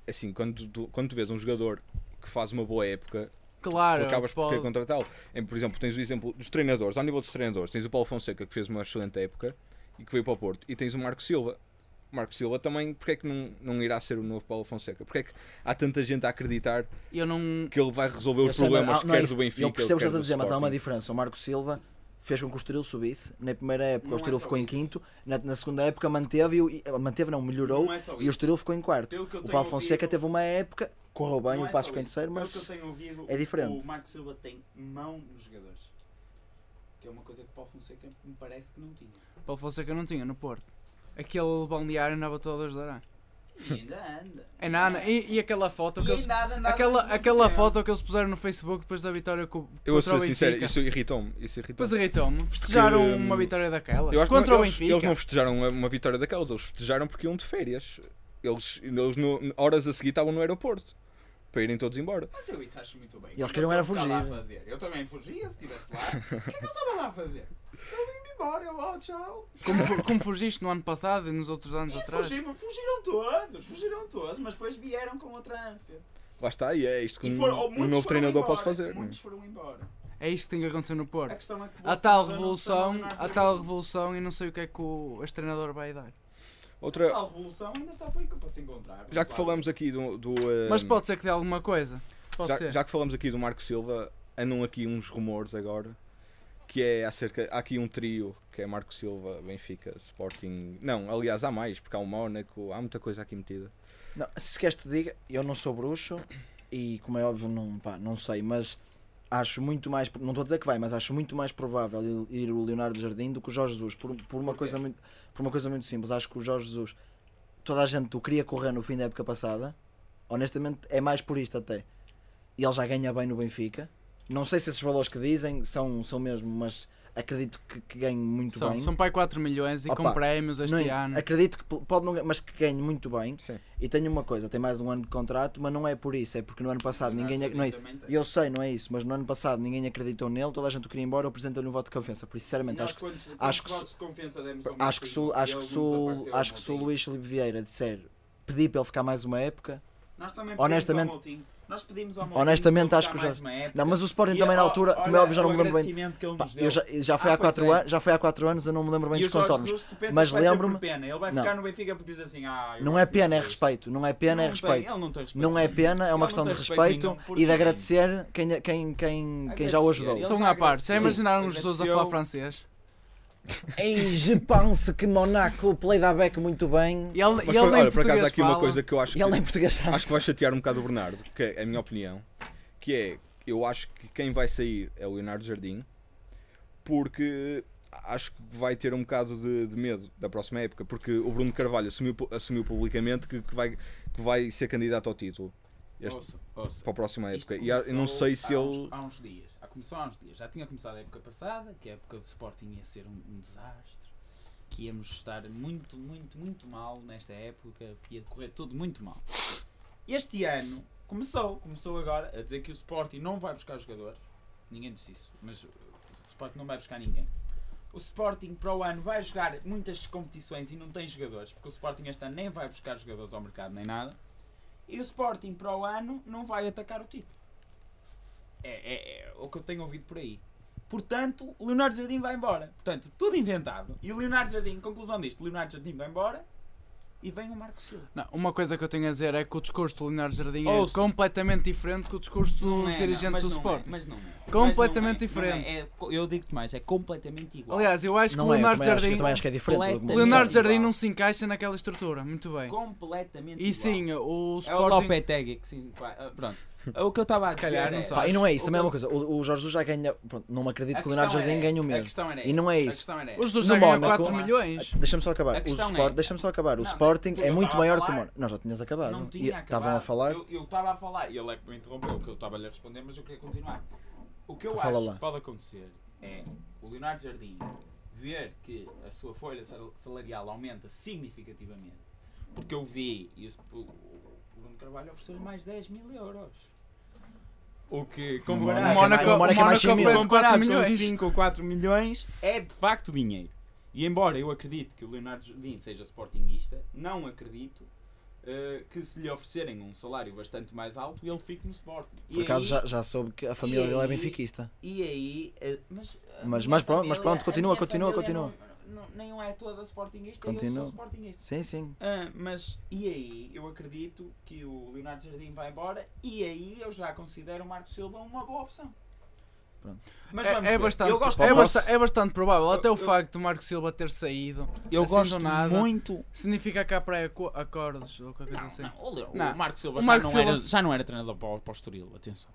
assim, quando tu, quando tu vês um jogador que faz uma boa época, tu Claro, acabas por pode- querer contratá-lo. Em, Por exemplo, tens o exemplo dos treinadores. Ao nível dos treinadores, tens o Paulo Fonseca, que fez uma excelente época e que veio para o Porto. E tens o Marco Silva. O Marco Silva também, porque é que não, não irá ser o novo Paulo Fonseca? Porque é que há tanta gente a acreditar eu não. que ele vai resolver Eu os sei, mas problemas há- não é quer isso. do Benfica, Eu percebo o que quer estás a do dizer, mas há uma Sporting. diferença. O Marco Silva fez com que o Estoril subisse. Na primeira época Não o é Estoril só ficou em isso. quinto, na, na segunda época manteve, e o- e, manteve não, melhorou, Não é só e o isso. Estoril ficou em quarto. Pelo que eu O tenho Paulo Fonseca ouvido- teve uma época, correu bem, Não o é Passo só ficou em isso. terceiro, Pelo que eu mas tenho ouvido, é diferente. O Marco Silva tem mão nos jogadores. Que é uma coisa que o Paulo Fonseca me parece que não tinha. Paulo Fonseca não tinha no Porto. Aquele balneário na Batalha dos Dará. E ainda anda. É nada. E, e aquela foto que E eles. ainda anda, anda Aquela, muito aquela tempo. foto que eles puseram no Facebook depois da vitória com Eu vou contra ser o sincero, Benfica. isso irritou-me. Isso irritou é, Depois irritou-me. Festejaram Porque, hum, uma vitória daquelas. Eu acho que contra não- o eles, Benfica. eles não festejaram uma, uma vitória daquelas, eles festejaram porque iam de férias. Eles, eles no- horas a seguir estavam no aeroporto para irem todos embora. Mas eu isso acho muito bem. E eles Que queriam eu era estava tá lá a fugir. fazer. Eu também fugia se estivesse lá. O que é que eu estava lá a fazer? Eu vim-me embora, eu, ó, tchau. Como, fu- como fugiste no ano passado e nos outros anos E atrás. fugiram, fugiram todos, fugiram todos, mas depois vieram com outra ânsia. Lá está, e é isto que E um, foram- ou um muitos novo foram treinador embora, pode fazer. não é? Muitos foram embora. É isto que tem que acontecer no A Porto. questão é que Há vocês tal ainda não estão a revolução, tornar-se há um- tal revolução e não sei o que é que o este treinador vai dar. Outra, tal revolução ainda está por aí para se encontrar. já que Claro. falamos aqui do. do, eh, Mas pode ser que dê alguma coisa. Pode já, ser. já que falamos aqui do Marco Silva, andam aqui uns rumores agora que é acerca. Há aqui um trio que é Marco Silva, Benfica, Sporting. Não, aliás, há mais, porque há o Mónaco, há muita coisa aqui metida. não, se queres te diga, eu não sou bruxo e como é óbvio não, pá, não sei, mas acho muito mais, pro- não estou a dizer que vai, mas acho muito mais provável ir, ir o Leonardo Jardim do que o Jorge Jesus, por, por uma Porquê? coisa muito, por uma coisa muito simples, acho que o Jorge Jesus, toda a gente o queria correr no fim da época passada, honestamente é mais por isto até, e ele já ganha bem no Benfica, não sei se esses valores que dizem são, são mesmo, mas acredito que, que ganhe muito são, bem. são pai 4 milhões e Opa, com prémios este Não, ano. Acredito que p- pode não ganhar, mas que ganhe muito bem. Sim. E tenho uma coisa, tem mais um ano de contrato, mas não é por isso, é porque no ano passado Leonardo ninguém. ac- Jardim Não é, também tem. eu sei, não é isso, mas no ano passado ninguém acreditou nele, toda a gente o queria ir embora, eu apresentei-lhe um voto de confiança. Por isso, sinceramente, Nós acho que. quantos- quantos acho que votos se- de confiança demos ao Acho que se o- Martinho? E acho que alguns se o- apareceram acho que se o Martinho. Luís Felipe Vieira disser pedir para ele ficar mais uma época. Nós também Honestamente- pedimos ao Moutinho. Nós pedimos ao Moutinho Honestamente, para acho que ficar já- mais uma época. Não, mas o Sporting E, também na ó, altura, como é olha óbvio, já não o me lembro bem. agradecimento que ele Pá, nos deu. eu já, já, foi Ah, há quatro pois é. anos, já foi há 4 anos, eu não me lembro bem E o dos Jorge contornos. Jesus, tu pensas mas que vai ser por lembro-me- pena. Ele vai Não. ficar no Benfica porque diz assim: ah, eu Não gosto é muito pena, é deste. respeito. Não é pena, é Não tem, respeito. Ele não tem respeito. Não é pena, é Ele uma não questão de tem respeito respeito nenhum por e de ninguém. agradecer quem, quem, quem, quem já o ajudou. Agradecer. São eles à parte. Já agradecem- imaginaram os Sim. Jesus a Agradeceu- falar francês? Em Japão-se que Monaco, playback muito bem. E ele, Mas e por- ele nem olha, por acaso há português aqui fala. uma coisa que eu acho E que. ele é em português sabe. acho que vai chatear um bocado o Bernardo, que é a minha opinião, que é, eu acho que quem vai sair é o Leonardo Jardim, porque acho que vai ter um bocado de, de medo da próxima época, porque o Bruno Carvalho assumiu, pu- assumiu publicamente que, que vai, que vai ser candidato ao título este- Ouça, ouça. para a próxima Isto época. E há- eu não começou sei se há ele... Uns, há uns dias. Ah, Começou há uns dias. Já tinha começado a época passada, que a época do Sporting ia ser um, um desastre. Que íamos estar muito, muito, muito mal nesta época. Que ia correr tudo muito mal. Este ano começou, começou agora a dizer que o Sporting não vai buscar jogadores. Ninguém disse isso, mas uh, o Sporting não vai buscar ninguém. O Sporting para o ano vai jogar muitas competições e não tem jogadores, porque o Sporting este ano nem vai buscar jogadores ao mercado nem nada. E o Sporting para o ano não vai atacar o título. É, é- é o que eu tenho ouvido por aí. Portanto, o Leonardo Jardim vai embora. Portanto, tudo inventado. E o Leonardo Jardim, conclusão disto, o Leonardo Jardim vai embora. e vem o Marco Silva. Não, uma coisa que eu tenho a dizer é que o discurso do Leonardo Jardim Ouça. é completamente diferente do discurso Não dos é, não, dirigentes mas do não é, Sport. mas não é. Mas não Completamente é, não é, diferente. é co- eu digo-te mais, é completamente igual. Aliás, eu acho que o Não é, eu Leonardo também acho, eu Jardim, também acho que é diferente. do o Mundo. Leonardo Completamente Jardim igual. não se encaixa naquela estrutura. Muito bem. completamente E igual. sim, o é o Sporting. Lopetegui que sim, pá, ah, pronto. É O que eu estava a Se dizer. calhar, não é, sabe. Pá, e não é isso, o- também é uma coisa. O, o Jorge Jesus já ganha. Pronto, não me a acredito que o questão Leonardo Jardim era ganhe o essa, A mesmo. questão era E não é essa, a isso. questão era o essa. Jesus No já ganhou Mónaco- 4 milhões. Deixa-me só acabar. A O questão Sport, é- deixa-me só acabar. O Não, Sporting tu é já muito estava a maior que o falar. Mónaco. Não, já tinhas acabado. Não E tinha acabado. Estavam a falar. Eu- Eu estava a falar e ele é que me interrompeu, que eu estava a lhe responder, mas eu queria continuar. O que eu Então Fala acho lá. que pode acontecer é o Leonardo Jardim ver que a sua folha sal- salarial aumenta significativamente. Porque eu vi e o Sp- o- o Bruno Carvalho ofereceu mais 10 mil euros. O que comparado O Mónaco- o o Mónaco é mais Mónaco 100 mil. oferece 4 comparado com milhões. 5 ou 4 milhões é de facto dinheiro. E embora eu acredite que o Leonardo Jardim seja sportinguista, não acredito eh, que se lhe oferecerem um salário bastante mais alto ele fique no Sporting. E Por acaso aí- já, já soube que a família e dele é aí- benfiquista. E aí... eh, mas, a Mas- minha mas pronto- mas família- é- pronto, a continua, minha continua, família Não, não, não é toda sportinguista, eu Continua. sou sportinguista. Sim, sim. Ah, mas e aí eu acredito que o Leonardo Jardim vai embora e aí eu já considero o Marco Silva uma boa opção. Pronto. Mas É- vamos é ver. bastante- eu gosto, É, Posso? basta- é bastante provável. Até o Eu- eu- facto do Marco Silva ter saído eu assim do gosto nada. muito. significa que há para aco- acordos ou qualquer coisa Não, assim. não, o, Leo- o Não, Marco Silva, o Marco já, não era, Silva- já não era treinador para, o- para o Estoril, atenção.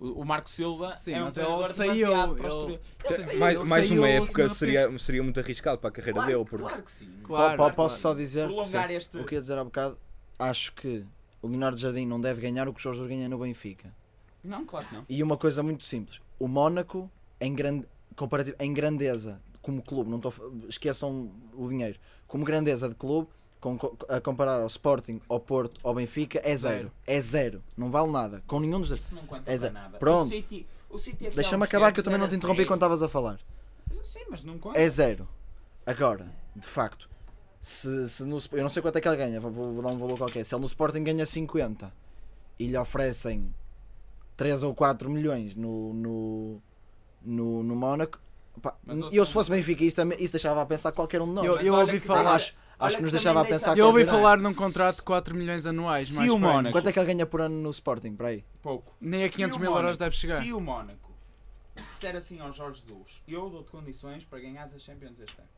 O, o Marco Silva Sim, é um mas ele treinador saiu, demasiado para o ele- Estoril. Ele saiu, Mais, ele mais saiu, uma se época não- seria, seria muito arriscado para a carreira Claro, dele, porque claro que sim. Claro, Po- po- claro. posso só dizer Prolongar sim, este- o que ia dizer há bocado? Acho que o Leonardo Jardim não deve ganhar o que o Jorge Jesus ganha no Benfica. Não, claro que não. E uma coisa muito simples: o Mónaco, em, gran- comparativo- em grandeza como clube, não estou a fa- esqueçam o dinheiro, como grandeza de clube, com- co- a comparar ao Sporting, ao Porto, ao Benfica, é zero. Zero. É zero. Não vale nada. Com nenhum dos. Isso não conta É para zero. nada. Pronto. O City, o City aqui há Deixa-me uns acabar que tempos eu também Então, era não assim- te interrompi sério. quando estavas a falar. Sim, mas não conta. É zero. Agora, de facto, se, se no, Sp- eu não sei quanto é que ele ganha, vou, vou dar um valor qualquer. Se ele no Sporting ganha 50 e lhe oferecem 3 ou 4 milhões no, no, no, no Mónaco, pá, Mas, ó, eu Sam- se fosse Benfiquista, isso deixava a pensar qualquer um de nós. Eu- Mas eu olha ouvi que- falar- olha- olha acho que nos também deixava a deixa pensar Eu ouvi qualquer um. falar num contrato de 4 milhões anuais. Se mais o prémio. Mónaco- Quanto é que ele ganha por ano no Sporting? Para aí. Pouco. Nem a Se 500 o mil euros Mónaco- deve chegar. Se o Mónaco disser assim ao Jorge Jesus, eu dou-te condições para ganhares a Champions este ano.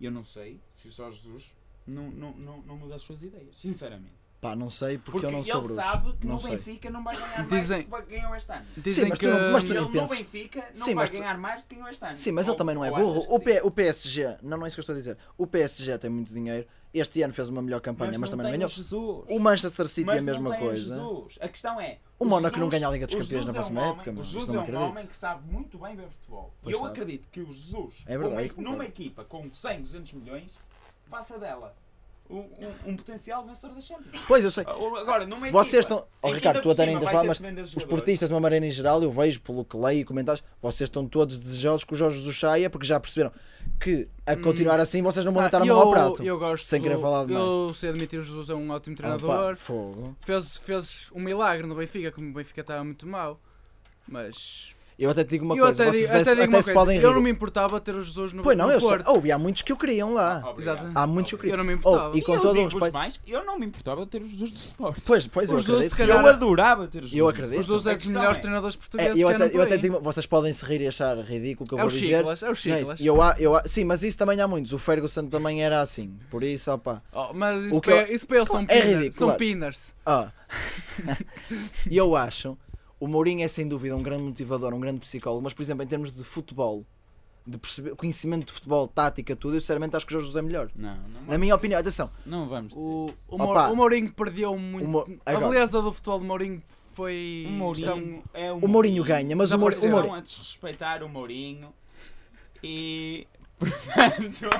Eu não sei se o Jorge Jesus não, não, não, não muda as suas ideias, sinceramente. Pá, não sei porque, Porque eu não sou ele bruxo. sabe que não no sei. Benfica não vai ganhar Dizem- mais do que ganhou este ano. Dizem mas tu que não- mas tu Ele nem no penso. Benfica não Sim, vai mas tu- ganhar mais do que ganhou este ano. Sim, mas ele Ou- também não é ou burro. achas que O, sim? P- o PSG, não, não é isso que eu estou a dizer. O PSG tem muito dinheiro. Este ano fez uma melhor campanha, mas, não também não tem ganhou. o Jesus. O Manchester City é a não mesma tem o coisa. Jesus. A questão é. O Mónaco não Jesus- ganha a Liga dos o Campeões Jesus na é um próxima homem- época, mano. O Isso Jesus não é me um acredito. homem que sabe muito bem ver futebol. Pois eu sabe. acredito que o Jesus, É verdade, uma- eu concordo. numa equipa com 100, 200 milhões, faça dela um, um- um potencial vencedor da Champions. Pois, eu sei. Ah, Agora, numa Vocês equipa estão. Oh, em que Ricardo, ainda tu por até cima nem vai estás a falar, ter mas que vender os jogadores, portistas, de uma maneira em geral, eu vejo pelo que leio e comentários, vocês estão todos desejosos que o Jorge Jesus saia porque já perceberam que a continuar assim vocês não vão Hum. Ah, deitar a mão eu- ao prato. Eu gosto. Sem querer do- falar de Eu sei admitir o Jesus é um ótimo Ah, pá, treinador. fogo. fez, fez um milagre no Benfica, como o Benfica estava muito mal. Mas. Eu até te digo uma eu coisa, até, vocês digo- até, até digo até uma se coisa. podem Eu não rir. me importava ter o Jesus no, Pois não, no eu sei. Porto. Houve, há muitos que o queriam lá. Obrigado. Exato. Há muitos que o Eu queriam. não me importava. Oh, e E com eu todo o digo-vos respeito. mais, eu não me importava ter os Jesus do Sport. Pois, pois, eu Os doze, acredito. se Eu calhar, adorava ter os Eu Jesus. acredito. Os Isso. Jesus A é dos questão melhores é- treinadores É, portugueses. eu que até, andam eu por até aí. digo, vocês podem se rir e achar ridículo o que eu É vou o dizer. Chiclas, é o Não é Chiclas. isso. eu, há- eu, há- sim, mas isso também há muitos. O Ferguson também era assim. Por isso, opá. Oh, mas isso, O que para, eu- isso para eles são É pinners. ridículo, são claro. pinners. Ah. E eu acho, o Mourinho é sem dúvida um grande motivador, um grande psicólogo, mas por exemplo, em termos de futebol, de perceber, conhecimento de futebol, tática, tudo, eu sinceramente acho que o Jorge Jesus é melhor. Não, não Na vamos. minha opinião, atenção, Não vamos. dizer. O, o, Opa. Mour- o Mourinho perdeu muito. O Mou- A agora. beleza do futebol de Mourinho foi. O Mourinho é o Mourinho ganha, mas o, Não Mour- o apareceu. Mourinho. Estão a desrespeitar o Mourinho e. Portanto.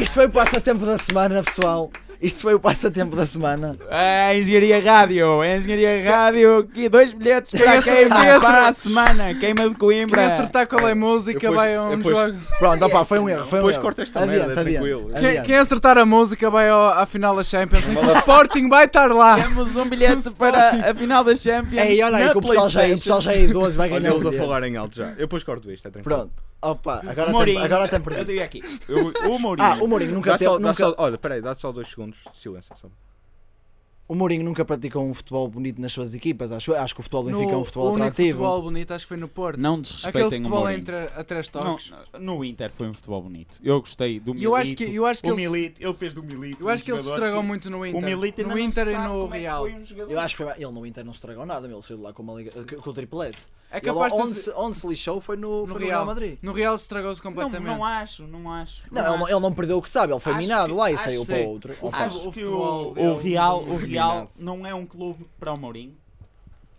Isto foi o passatempo da semana, pessoal. Isto foi o passatempo da semana. É A Engenharia Rádio, é a Engenharia Rádio, aqui dois bilhetes para a Quem queima acertar- para a semana, queima de Coimbra. Quem acertar qual é a música Depois- vai a um depois- jogo. Pronto, opá, foi um erro. Foi um Depois erro. corta esta Adiante, merda, adiante. tranquilo. Quem- Quem, Adiante. quem acertar a música vai ao- à final da Champions. em que o Sporting vai estar lá. Temos um bilhete para a final da Champions. Ei, olha aí na que o pessoal, já, o PlayStation. pessoal já é idoso, vai Olha ganhar o eles a bilhete. falar em alto já. Eu depois corto isto, é tranquilo. Pronto, Opa, agora tem, Mourinho. agora tem Eu perdido. digo aqui. Eu- o Mourinho. Ah, o Mourinho nunca, Dá teve, só, dá nunca- só, olha, peraí, dá só dois segundos de silêncio. Só. o Mourinho nunca praticou um futebol bonito nas suas equipas. Acho, acho que o futebol do Benfica é um o futebol único atrativo. futebol bonito acho que foi no Porto. Não Aquele desrespeitem o futebol Mourinho. entre a três Não, toques. no Inter foi um futebol bonito. Eu gostei do E Milito. eu acho que, eu acho que o ele, Milito, ele fez do Milito. um eu acho que ele se estragou muito no Inter. O Milito ainda no não Inter se e sabe no como é que Real. foi um jogador. Eu acho que foi- ele no Inter não estragou nada, meu, ele saiu de lá com, uma liga, com o triplete. É Ele, capaz de onde, se- onde se lixou foi no, No foi no Real. Real Madrid. No Real estragou-se completamente. Não, não acho, não acho. Não, é ele, não- ele não perdeu o que sabe, ele foi Acho minado que- lá e acho saiu que para sim. outro. O Opa, futebol- Acho que o, dele o Real, foi o Real eliminado. não é um clube para o Mourinho.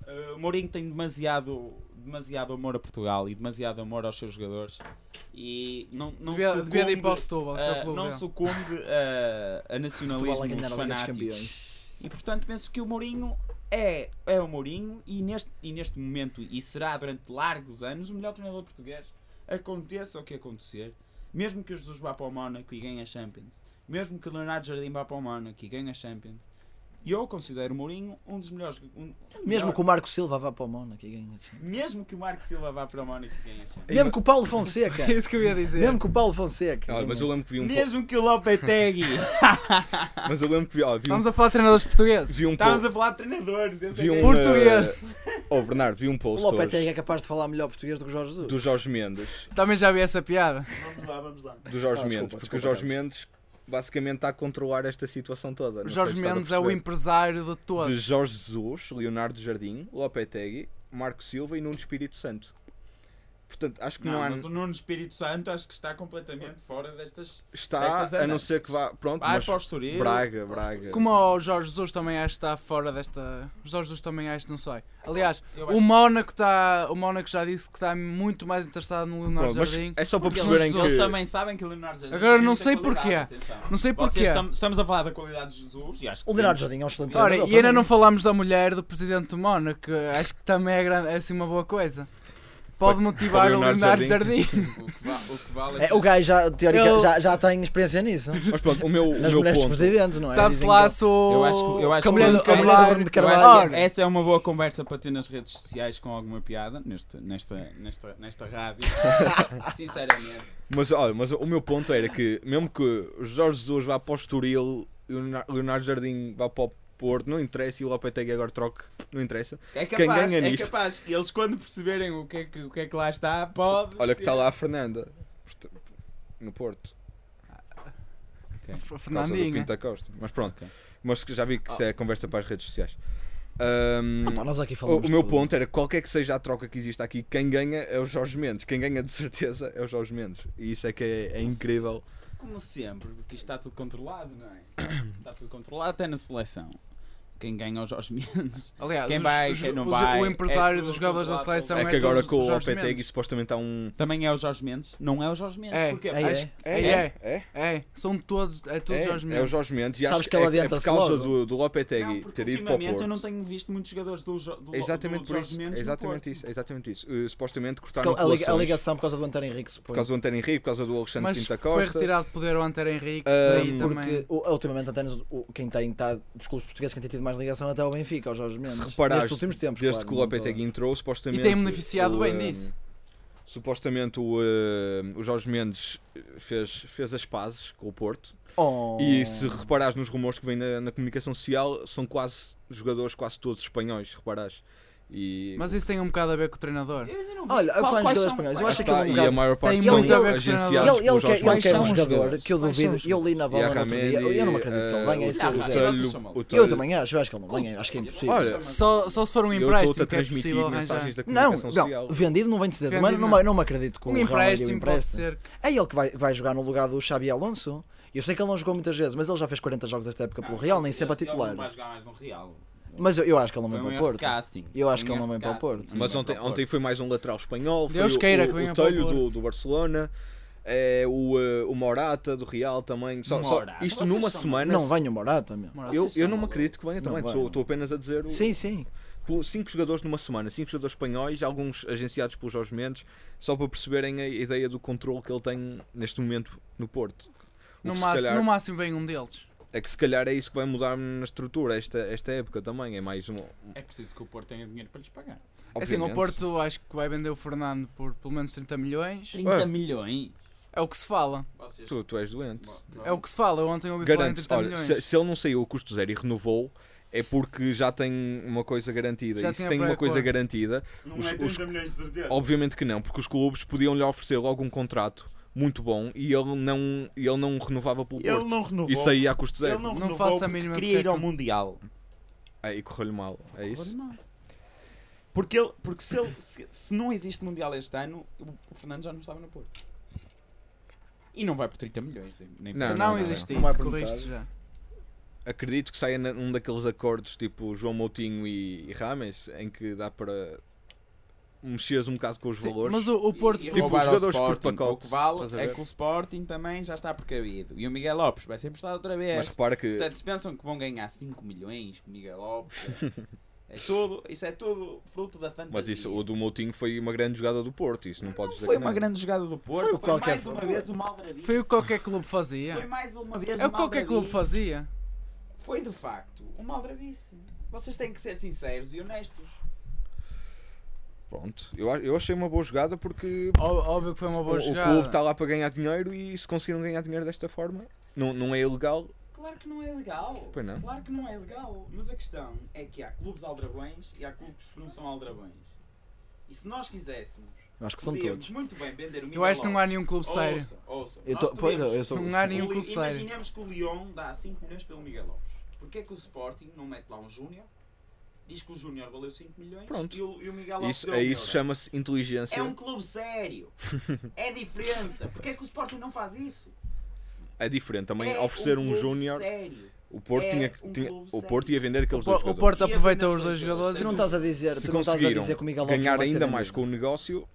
Eh, o Mourinho tem demasiado, demasiado amor a Portugal e demasiado amor aos seus jogadores e não, não devia, sucumbe, devia de ir para o Setúbal, que é eh, o clube não dele. sucumbe eh, a Setúbal a nacionalismos ganhar a Liga dos fanáticos. E portanto penso que o Mourinho é, é o Mourinho e neste, e neste momento e será durante largos anos o melhor treinador português. Aconteça o que acontecer, mesmo que o Jesus vá para o Mónaco e ganhe a Champions, mesmo que o Leonardo Jardim vá para o Mónaco e ganhe a Champions, eu considero o Mourinho um dos melhores. um- um mesmo melhor. que o Marco Silva vá para o Mónaco e ganhe. assim. mesmo que o Marco Silva vá para o Mónaco e ganhe a Champions. Mesmo que o Paulo Fonseca. É isso que eu ia É dizer. mesmo que o Paulo Fonseca. Olha, mas eu lembro que vi um pouco. um Mesmo que o Lopetegui. Mas eu lembro que vi, ó, vi um, Estamos a falar de treinadores portugueses. vi um Estávamos pouco. a falar de treinadores. esse é Vi que um, é- Português. eh, Oh, Bernardo, vi um o post Lopetegui hoje é capaz de falar melhor português do que o Jorge Jesus. do Jorge Mendes. Também já vi essa piada. Vamos lá, vamos lá. Do Jorge Ah, desculpa, Mendes, porque desculpa, o Jorge Carlos. Mendes basicamente está a controlar esta situação toda. O não Jorge sei se estás a Mendes é o perceber. empresário de de todos. Jorge Jesus, Leonardo Jardim, Lopetegui, Marco Silva e Nuno Espírito Santo. Portanto, acho que Não, não, há. mas o Nuno Espírito Santo acho que está completamente fora destas. Está, destas a não andanças. ser que vá. Pronto, Vai mas para o Estoril. Braga, Braga. Como é o Jorge Jesus também acho que está fora desta. O Jorge Jesus também acho que não sei. Aliás, Então, Eu acho o Mónaco, está, o Mónaco já disse que está muito mais interessado no Leonardo Pronto, mas Jardim. é só para Porque perceberem eles, que. eles também sabem que o Leonardo Jardim Agora tem não muita sei qualidade, atenção. Não sei Vocês porquê. estam- estamos a falar da qualidade de Jesus e acho que O Leonardo Jardim é um excelente Ora, treinador, e para ainda mim. não falámos da mulher do presidente do Mónaco, que acho que também é, grande, é assim uma boa coisa. Pode motivar para o o Leonardo Leonardo Jardim. Jardim. o que, va- o que vale É, o gajo já, teórica, Eu- já, já tem experiência nisso. Mas pronto, o meu, o Nas meu mulheres dos ponto. presidentes, não é? Sabe-se Dizem lá que- se o. Eu acho que- eu acho que a mulher do- o Bruno a mulher do Carvalho- Bruno Eu acho Carvalho- que- Ora, Essa é uma boa conversa para ter nas redes sociais com alguma piada nesta, nesta, nesta, nesta rádio. Sinceramente. Mas, olha, mas o meu ponto era que, mesmo que o Jorge Jesus vá para o Estoril, e o Leonar- Leonardo Jardim vá para o Porto, não interessa, e o Lopetegui agora troque, não interessa. É Quem capaz, ganha é nisto? capaz. Eles quando perceberem o que é que, o que, é que lá está, pode. Olha que ser. está lá a Fernanda, porto- no Porto, F- por causa do Fernandinho. Pinta Costa. Mas pronto. Ok. Mas que já vi que isso é conversa para as redes sociais. Ahm, Ah, pá, nós aqui o, falamos o meu tudo. ponto era qualquer que seja a troca que existe aqui, quem ganha é o Jorge Mendes. Quem ganha de certeza é o Jorge Mendes. E isso é que é, é incrível. Como sempre, porque isto está tudo controlado, não é? Está tudo controlado até na seleção. Quem ganha aos Jorge Mendes. Aliás, Quem os- vai, os- quem não os- vai, O é empresário tudo dos jogadores da controlado. seleção é é que agora todos com os o Jorge OPTEG Mendes. supostamente há um. Também é o Jorge Mendes? Não é o Jorge Mendes. É. porque É, acho- é. É, é, é. é. São todos. É todos é, Jorge é o Mendes. Jorge Mendes. E Sabes acho que ele é, é por adianta-se causa logo. do, do Lopetegui Não, porque ter ido para o ultimamente Porto. eu não tenho visto muitos jogadores do, jo- do, É exatamente do por Jorge isso. Mendes é no exatamente Porto. isso. é Exatamente isso. Uh, supostamente Porque cortaram a, liga- a relações ligação por causa do António Henrique, por suponho. causa do Antero Henrique, por causa do Alexandre Mas Pinta foi Costa. retirado de poder o Antero Henrique. Ah, daí Porque também. o, ultimamente até nos- o, quem tem estado dos clubes portugueses, quem tem tido mais ligação até ao Benfica, aos Jorge Mendes. se reparares, nestes últimos tempos, desde claro, que o é não estou a- Lopetegui entrou, supostamente. E tem beneficiado o, bem eh, disso. Supostamente o, eh, o Jorge Mendes fez, fez as pazes com o Porto. Oh. E se reparares nos rumores que vêm na, na comunicação social, são quase jogadores, quase todos espanhóis, se reparares. E, Mas isso tem um bocado a ver com o treinador. Eu ainda não vi. Olha, a Qual- falar quais dos jogadores são- espanhóis, eu quais acho que Pá, ele é e um bocado- a maior parte tem são muito a ver com o agenciados treinador. Ele, ele pelos quer, ele Jorge quer um Mendes. jogador que eu Quais são duvido. os Eu li na E bola a no outro Ramedi, dia. Eu, eu não acredito que ele venha. é isso que eu eh, o ia dizer. Vocês Telho- chamam. o Telho- Eu também acho, eu acho que ele não venha. Acho que é impossível. Olha, Só, só se for um eu empréstimo estou-te a que é transmitir possível mensagens arranjar. da Não, comunicação social. não, vendido não vem de certeza, mas Vendido não, não. me- não me acredito que o Um Real Madrid o empréstimo pode empreste. ser. É ele que vai, vai jogar no lugar do Xabi Alonso. Eu sei que ele não jogou muitas vezes, mas ele já fez 40 jogos esta época Ah, pelo Real, nem é sempre a Ele- ele titular. não vai jogar mais no Real. Mas eu, eu acho que ele não Foi vem um para o erro de Porto. casting. Eu acho Foi que ele um não erro vem para o de Porto. casting. Não Mas vem ontem, para o ontem foi mais um lateral espanhol. Foi Deus o, queira o, que venha o para o Telho do, Porto. do Barcelona, é, o, eh, o Morata do Real também. Só, só- Morata. isto Vocês numa são- semana. Não venha o Morata, meu. Morata. Eu, Vocês eu são não me malucos. acredito que venha Não também. vai, Estou não. estou apenas a dizer. o- Sim, sim. pô, cinco jogadores numa semana, cinco jogadores espanhóis, alguns agenciados pelos Jorge Mendes, só para perceberem a ideia do controle que ele tem neste momento no Porto. O No que se máximo, calhar- no máximo vem um deles. É que se calhar é isso que vai mudar na estrutura esta, esta época também. É mais um. É preciso que o Porto tenha dinheiro para lhes pagar. É assim, o obviamente. Porto acho que vai vender o Fernando por pelo menos 30 milhões. 30 Ué. milhões. É o que se fala. Vocês... Tu, tu és doente. É o que se fala. Eu ontem ouvi falar em Garantes, 30 olha, milhões. se, se ele não saiu o custo zero e renovou, é porque já tem uma coisa garantida. Já e se tinha tem uma coisa pré-acordo. garantida, Não Os- é os- 30 milhões de certeza. obviamente que não, porque os clubes podiam lhe oferecer logo um contrato muito bom e ele não, e ele não renovava pelo Porto. Ele não renovou. E saía a custo Ele zero. não, Não renovou faço a porque mínima queria porque ir é ao que- Mundial. Ah, e correu-lhe mal. É isso? Porque ele... Porque se, ele, se, se não existe Mundial este ano, o o Fernando já não estava no Porto. E não vai por 30 milhões. nem- Nem Não, Se precisa. não, não, existisse, não. Não é por corriste metade. já. Acredito que saia na- num daqueles acordos tipo João Moutinho e, e Rames em que dá para mexeres um bocado com os Sim, valores. Mas o, o Porto. E- e tipo, roubar os ao jogadores por Sporting. pacote, O que vale estás a é ver? que o Sporting também já está precavido. E o Miguel Lopes vai ser emprestado outra vez. Mas repara que Portanto, se pensam que vão ganhar 5 milhões com o Miguel Lopes, é, é tudo, isso é tudo fruto da fantasia. Mas isso, o do Moutinho foi uma grande jogada do Porto, isso não podes dizer foi que uma não. grande jogada do Porto. Foi Foi, o qualquer- mais uma vez uma aldrabice. Foi o que qualquer clube fazia. Foi mais uma vez É o uma que qualquer clube aldrabice. fazia. Foi de facto uma aldrabice. Vocês têm que ser sinceros e honestos. Pronto, eu, a- eu achei uma boa jogada porque Ó- Óbvio que foi uma o, boa o jogada. clube tá- está lá para ganhar dinheiro e se conseguiram ganhar dinheiro desta forma, não, não é ilegal. Claro que não é legal. Pois não. Claro que não é legal. Mas a questão é que há clubes aldrabões e há clubes que não são aldrabões. E se nós quiséssemos, Acho que são podíamos todos. muito bem vender o Miguel Eu acho que não há Lopes. nenhum clube Oh, sério. Ouça, ouça. Eu Nós tô- pois, podemos- eu sou- Não há nenhum O Li- clube sério. Imaginemos que o Lyon dá 5 milhões pelo Miguel Lopes. Porquê é que o Sporting não mete lá um Júnior? Diz que o Júnior valeu 5 milhões Pronto. E, o, e o Miguel Lopes Isso, deu é um isso euro. chama-se inteligência. É um clube sério. é diferença. Porquê é que o Sporting não faz isso? É diferente também é oferecer um, clube Júnior. Sério. O Porto É tinha, que- um tinha- clube o sério. Porto ia vender O aqueles dois Por- O jogadores. Porto E apenas aproveitou os dois dois jogadores. jogadores Tu e não não tá- estás a dizer, Se tu não estás a conseguiram dizer que o Miguel Lopes não ganhar vai ser ainda mais vendido. com o negócio,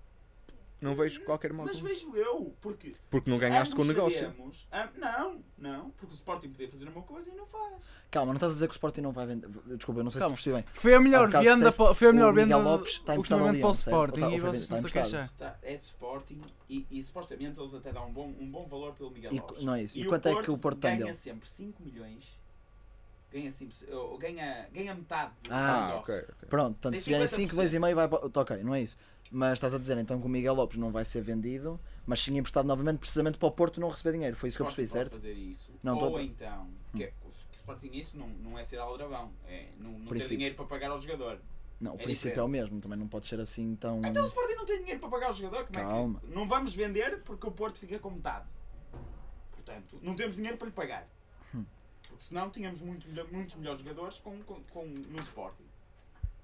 não vejo qualquer mal. Mas é vejo eu, porque Porque não ganhaste com o ambos negócio. sabemos- am- não, não, porque o Sporting podia fazer uma coisa e não faz. Calma, não estás a dizer que o Sporting não vai vender. Desculpa, eu não sei Calma. se te percebi bem. Foi a melhor tá- Há um bocado venda. disseste, pa- Foi a o melhor Miguel venda Lopes tá está emprestado ultimamente ao para o Lyon, certo? Ou Sporting está- e ou foi vocês estão-se vendido, a está emprestado. queixar. Está- é de Sporting e, e supostamente eles até dão um bom, um bom valor pelo Miguel E Lopes. qu- não é isso. E o quanto é que o Porto tem ganha dele? sempre 5 milhões, ganha, sempre, ou ganha, ganha metade do Ah, Ah, negócio. ok. ok. Pronto, portanto, Tem se vierem 5, 50%. 2,5 vai para. tá, Ok, não é isso. Mas estás a dizer então que o Miguel Lopes não vai ser vendido, mas sim emprestado novamente precisamente para o Porto não receber dinheiro. Foi isso que eu Sporting percebi, pode certo? fazer isso. Não, Ou tô- Hum. então, que, é- o Sporting isso não, não é ser aldrabão, é não, não ter Princípio. dinheiro para pagar ao jogador. Não, o É princípio é o mesmo, também não pode ser assim tão. Então o Sporting não tem dinheiro para pagar ao jogador, como Calma. é que não vamos vender porque o Porto fica com metade. Portanto, não temos dinheiro para lhe pagar. Hum. Porque senão tínhamos muito, melhor- muitos melhores jogadores com, com, com- no Sporting.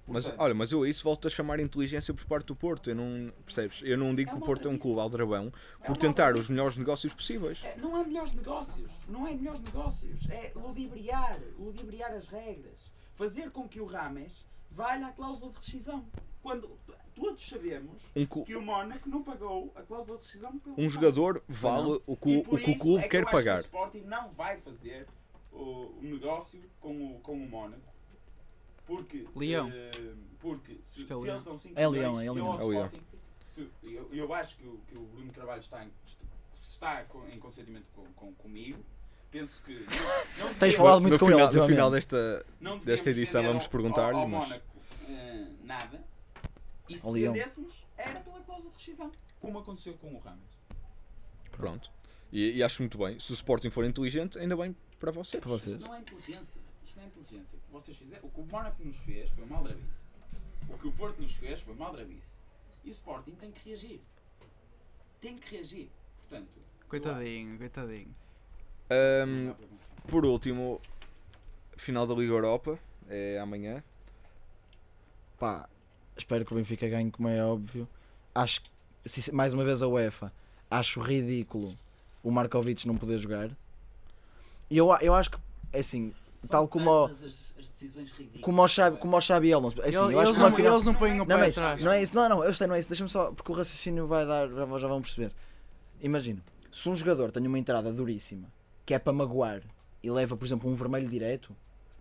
Mas Portanto, olha, mas eu a isso volto a chamar inteligência por parte do Porto. Eu não percebes? Eu não digo que É o uma Porto é um aldrabice. clube aldrabão é por uma tentar os aldrabice. melhores negócios possíveis. É, Não é melhores negócios, não é melhores negócios, é ludibriar, ludibriar as regras, fazer com que o Rames valha a cláusula de rescisão. Quando todos sabemos Um, cu- que o Mónaco não pagou a cláusula de rescisão pelo um Rames. jogador vale o que E o, por o que o isso clube é que quer eu acho pagar. Que o Sporting não vai fazer o, o negócio com o, com o Mónaco. Porque. Leão. eh, porque se, Acho que é se Leão. eles dão 5 É Leão, é É Leão. Leão. eu, eu acho que o, que o Bruno Carvalho está em, está com- em consentimento com, com- comigo. Penso que. Não, não Tens devemos- falado muito no com final, ele, no final ultimamente. desta. não devemos desta edição vender vamos ao- perguntar-lhe, Ao, ao mas- Mónaco, eh, nada. E se Ao Leão. vendêssemos, era pela cláusula de rescisão. Como aconteceu com o Ramos. Pronto. E, e acho muito bem. Se o Sporting for inteligente, ainda bem para vocês. Para vocês. Isto não é inteligência. Isto não é inteligência. O que vocês fizeram, o que o Mónaco nos fez foi uma aldrabice. O que o Porto nos fez foi uma aldrabice. E o Sporting tem que reagir. Tem que reagir. Portanto, Coitadinho, coitadinho. Ahm, Hum, não é dá para confiar. por último, final da Liga Europa. É amanhã. Pá, espero que o Benfica ganhe, como é óbvio. Acho que, se- mais uma vez a UEFA, acho ridículo o Markovic não poder jogar. E eu, a- eu acho que, é assim, São tal como o- tantas as, as decisões ridículas. como o Xabi, como o Xabi Alonso, é assim, eu acho Eles que uma não- final. eles não põem o Não, pé mas, atrás. não é isso, não, não, eu sei, não é isso. Deixa-me só, porque o raciocínio vai dar, já, vão- já vão perceber. Imagina, se um jogador tem uma entrada duríssima, que é para magoar, e leva, por exemplo, um vermelho direto,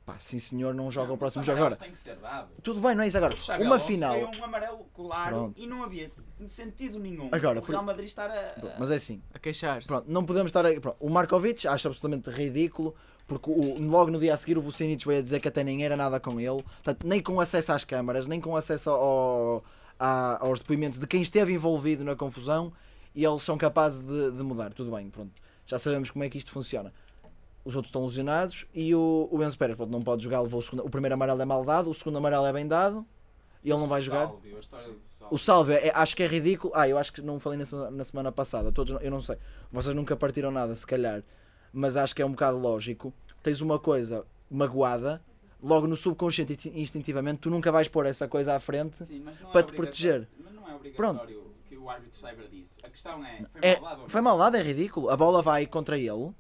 pá, sim senhor, não joga Não, o próximo os jogo amarelos agora. têm que ser dados. Tudo bem, não é isso agora. O Xabi Uma Alonso final. foi um amarelo claro Pronto. e não havia sentido nenhum Agora, o por- Real Madrid estar a... Mas é assim, A queixar-se. pronto, não podemos estar aí. pronto, o Markovic acho absolutamente ridículo. Porque o- logo no dia a seguir o Vucinic veio a dizer que até nem era nada com ele. Portanto, nem com acesso às câmaras, nem com acesso ao- à- aos depoimentos de quem esteve envolvido na confusão, e eles são capazes de, de mudar. Tudo bem, pronto. Já sabemos como é que isto funciona. Os outros estão lesionados e o, o Enzo Pérez pronto, não pode jogar. Levou o, segundo, o primeiro amarelo é mal dado, o segundo amarelo é bem dado e ele não vai jogar. Sálvio, a história do Sálvio. O Sálvio, é- acho que é ridículo. Ah, eu acho que não falei na semana, na semana passada. Todos, eu não sei. Vocês nunca partiram nada, se calhar. Mas acho que é um bocado lógico. Tens uma coisa magoada, logo no subconsciente, inti- instintivamente, tu nunca vais pôr essa coisa à frente. Sim, mas não para é te obrigatório- proteger. Mas não é obrigatório que o árbitro saiba disso. A questão é, foi É, mal dado ou não? foi mal dado, é ridículo. A bola vai contra ele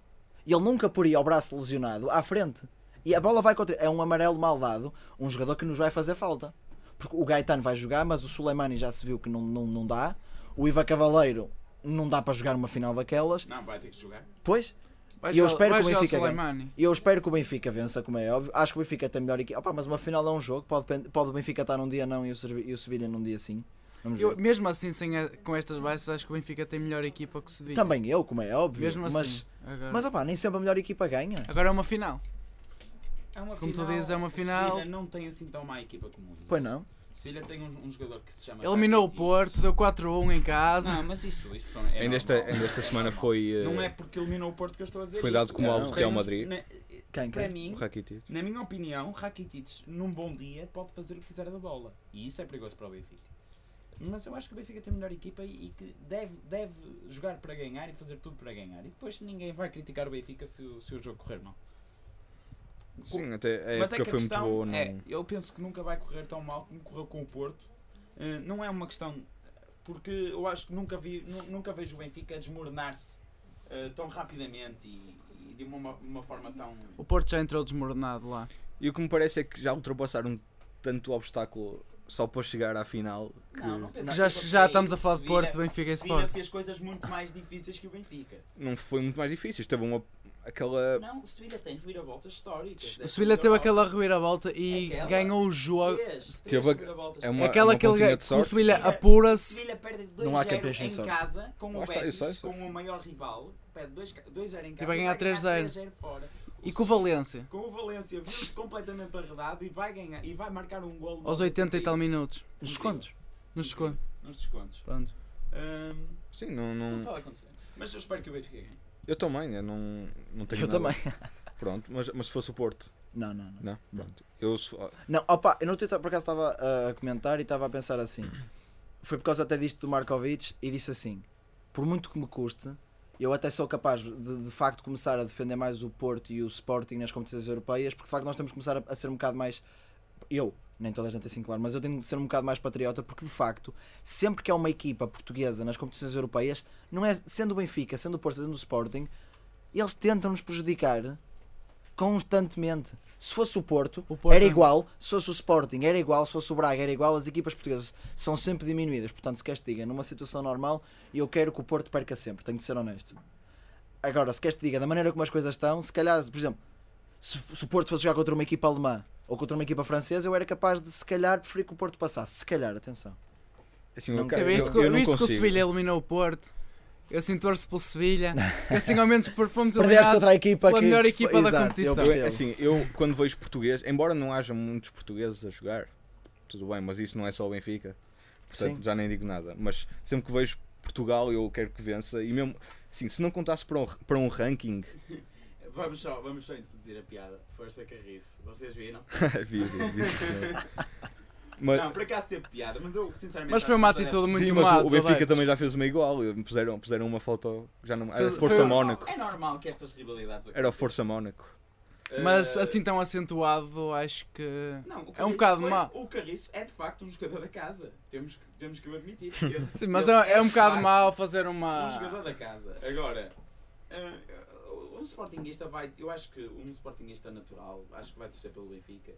e ele nunca poria o braço lesionado à frente. E a bola vai contra. É um amarelo mal dado, um jogador que nos vai fazer falta. Porque o Gaetano vai jogar, mas o Suleimani já se viu que não, não, não dá. O Iva Cavaleiro não dá para jogar uma final daquelas. Não, vai ter que jogar. Pois, Vai E eu jogar- espero vai que o jogar Benfica ganhe. Soleimani. eu espero que o Benfica vença, como é óbvio. Acho que o Benfica tem melhor equipa. Opa, mas uma final é um jogo. Pode, pen- pode o Benfica estar num dia não e o, Servi- e o Sevilha num dia sim. Vamos Eu, ver. mesmo assim, sem a- com estas baixas, acho que o Benfica tem melhor equipa que o Sevilha. Também eu, como é óbvio. assim. Mesmo assim. mas, agora. mas opa, nem sempre a melhor equipa ganha. agora é uma final. É uma Como tu final, dizes, é uma o final. Sevilha não tem assim tão má equipa como o Dias. Pois não. O Sevilha tem um, um jogador que se chama... Eliminou o Rakitic. Porto, deu 4-1 em casa. Não, mas isso, isso é ainda, esta, normal. ainda esta É semana normal. foi. eh, Não é porque eliminou o Porto que eu estou a dizer Foi isto. dado como alvo de Real Tem uns- Madrid. na- Quem, para quem? o mim, Rakitic. na minha opinião, Rakitic, num bom dia, pode fazer o que quiser da bola. E isso é perigoso para o Benfica. Mas eu acho que o Benfica tem a melhor equipa e e que deve, deve jogar para ganhar e fazer tudo para ganhar. E depois ninguém vai criticar o Benfica se, o- se o jogo correr mal. Sim, até a Mas época é que a foi muito questão boa. Não... é, eu penso que nunca vai correr tão mal como correu com o Porto. Eh, não é uma questão, porque eu acho que nunca, vi, nu- nunca vejo o Benfica desmoronar-se eh, tão rapidamente e, e de uma, uma forma tão... O Porto já entrou desmoronado lá. E o que me parece é que já ultrapassaram tanto obstáculo só para chegar à final que. Não, não penso Já- que foi já por aí. estamos a falar de Sevilha- Porto, Benfica e Sevilha Sport. fez coisas muito mais difíceis que o Benfica. não foi muito mais difícil. Teve uma, aquela. Não, o Sevilha tem reviravoltas históricas. O Sevilha teve aquela reviravolta e Aquela? ganhou o jogo. Teve a- reviravoltas. é uma- Aquela que ele pontinha de que o sorte. Sevilha Sevilha- apura-se. Sevilha perde Não há 2-0 campeões sem em sorte. casa com Lá o está, eu Betis, sei, sei. com o maior rival, perde 2-0 em casa vai ganhar 3-0. 3-0 fora. E com o Valência, Com o Valência, viu-se completamente arredado e vai ganhar e vai marcar um gol aos 80 e tal minutos. Nos descontos. Nos descontos. Nos descontos. Pronto. Hum, Sim, não. tudo não pode acontecer. Mas eu espero que o Benfica ganhe. eu também, eu não, não tenho Eu nada. também. Pronto, mas, mas se fosse o Porto. Não, não, não. Não, pronto. Eu se- Não, opa, eu não te, por acaso estava uh, a comentar e estava a pensar assim. Foi por causa até disto do Markovic e disse assim: por muito que me custe, eu até sou capaz de de facto começar a defender mais o Porto e o Sporting nas competições europeias, porque de facto nós temos que começar a, a ser um bocado mais. Eu, nem toda a gente é assim, claro, mas eu tenho que ser um bocado mais patriota, porque de facto, sempre que há uma equipa portuguesa nas competições europeias, não é sendo o Benfica, sendo o Porto, sendo o Sporting, eles tentam nos prejudicar constantemente. Se fosse o Porto, O Porto era é- igual, se fosse o Sporting, era igual, se fosse o Braga, era igual, as equipas portuguesas são sempre diminuídas. Portanto, se queres que te diga, numa situação normal, eu quero que o Porto perca sempre, tenho de ser honesto. Agora, se queres que te diga, da maneira como as coisas estão, se calhar, por exemplo, se, se o Porto fosse jogar contra uma equipa alemã ou contra uma equipa francesa, eu era capaz de, se calhar, preferir que o Porto passasse. Se calhar, atenção. assim, Não eu, sei, eu, Você viste que, eu não viste que o consigo. Sevilha eliminou o Porto. Eu assim torço pelo Sevilha. Que assim ao menos por- fomos Perdeste eliminados. contra a equipa pela que, melhor que se- equipa da Exato, eu competição. Eu- percebo. assim, eu quando vejo português, embora não haja muitos portugueses a jogar, tudo bem, mas isso não é só o Benfica. Portanto, Sim. já nem digo nada. Mas sempre que vejo Portugal, eu quero que vença. E mesmo, assim, se não contasse para um, para um ranking, Vamos só, vamos só introduzir a piada. Força Carriço. Vocês viram? vi- vi- vi- mas, Não, por acaso teve piada, mas eu sinceramente. Mas acho foi que uma não sei atitude deve- muito sim, mas má. o dos Benfica adeptos. também já fez uma igual. Puseram, puseram uma foto, já não, era Fez- Força foi- Mónaco. É normal que estas rivalidades. Era o aconteçam. Força Mónaco. Mas Eh, assim tão acentuado, acho que. Não, o é um Carriço bocado foi- má. O Carriço é de facto um jogador da casa. Temos que, temos que o admitir. Ele- Sim, mas ele é, é um de bocado facto mau fazer Um uma. jogador da casa. Agora, eh, um Sportingista vai. Eu acho que um Sportingista natural, acho que vai torcer pelo Benfica.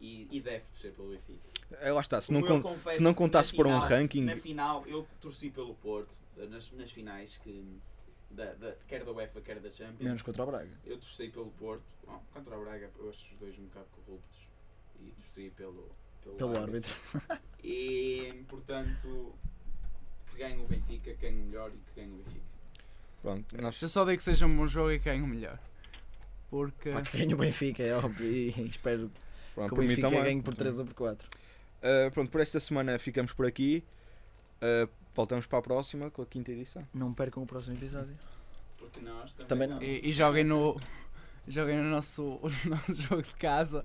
E, e deve torcer pelo Benfica. É, lá está, se Como não, eu con- confesso se não que na contasse para um final- ranking, Na final, eu torci pelo Porto, nas, nas finais, que, da, da- quer da UEFA, quer da Champions. Menos contra o Braga. Eu torci pelo Porto, oh, contra o Braga, eu acho os dois um bocado corruptos. E torci pelo, pelo, Pelo árbitro. E, portanto, que ganhe o Benfica, que ganhe o melhor e que ganhe o Benfica. pronto, nós- Eu só digo que seja um bom jogo e ganho melhor. Porque. Pá, que ganhe o Benfica, é óbvio. E espero Pronto, que o por mim Benfica também. ganhe por 3 ou por 4. Ah, pronto, por esta semana ficamos por aqui. Ah, voltamos para a próxima com a quinta edição. Não percam o próximo episódio. Porque nós Também não. E, e joguem no. Joguem no nosso, no nosso jogo de casa.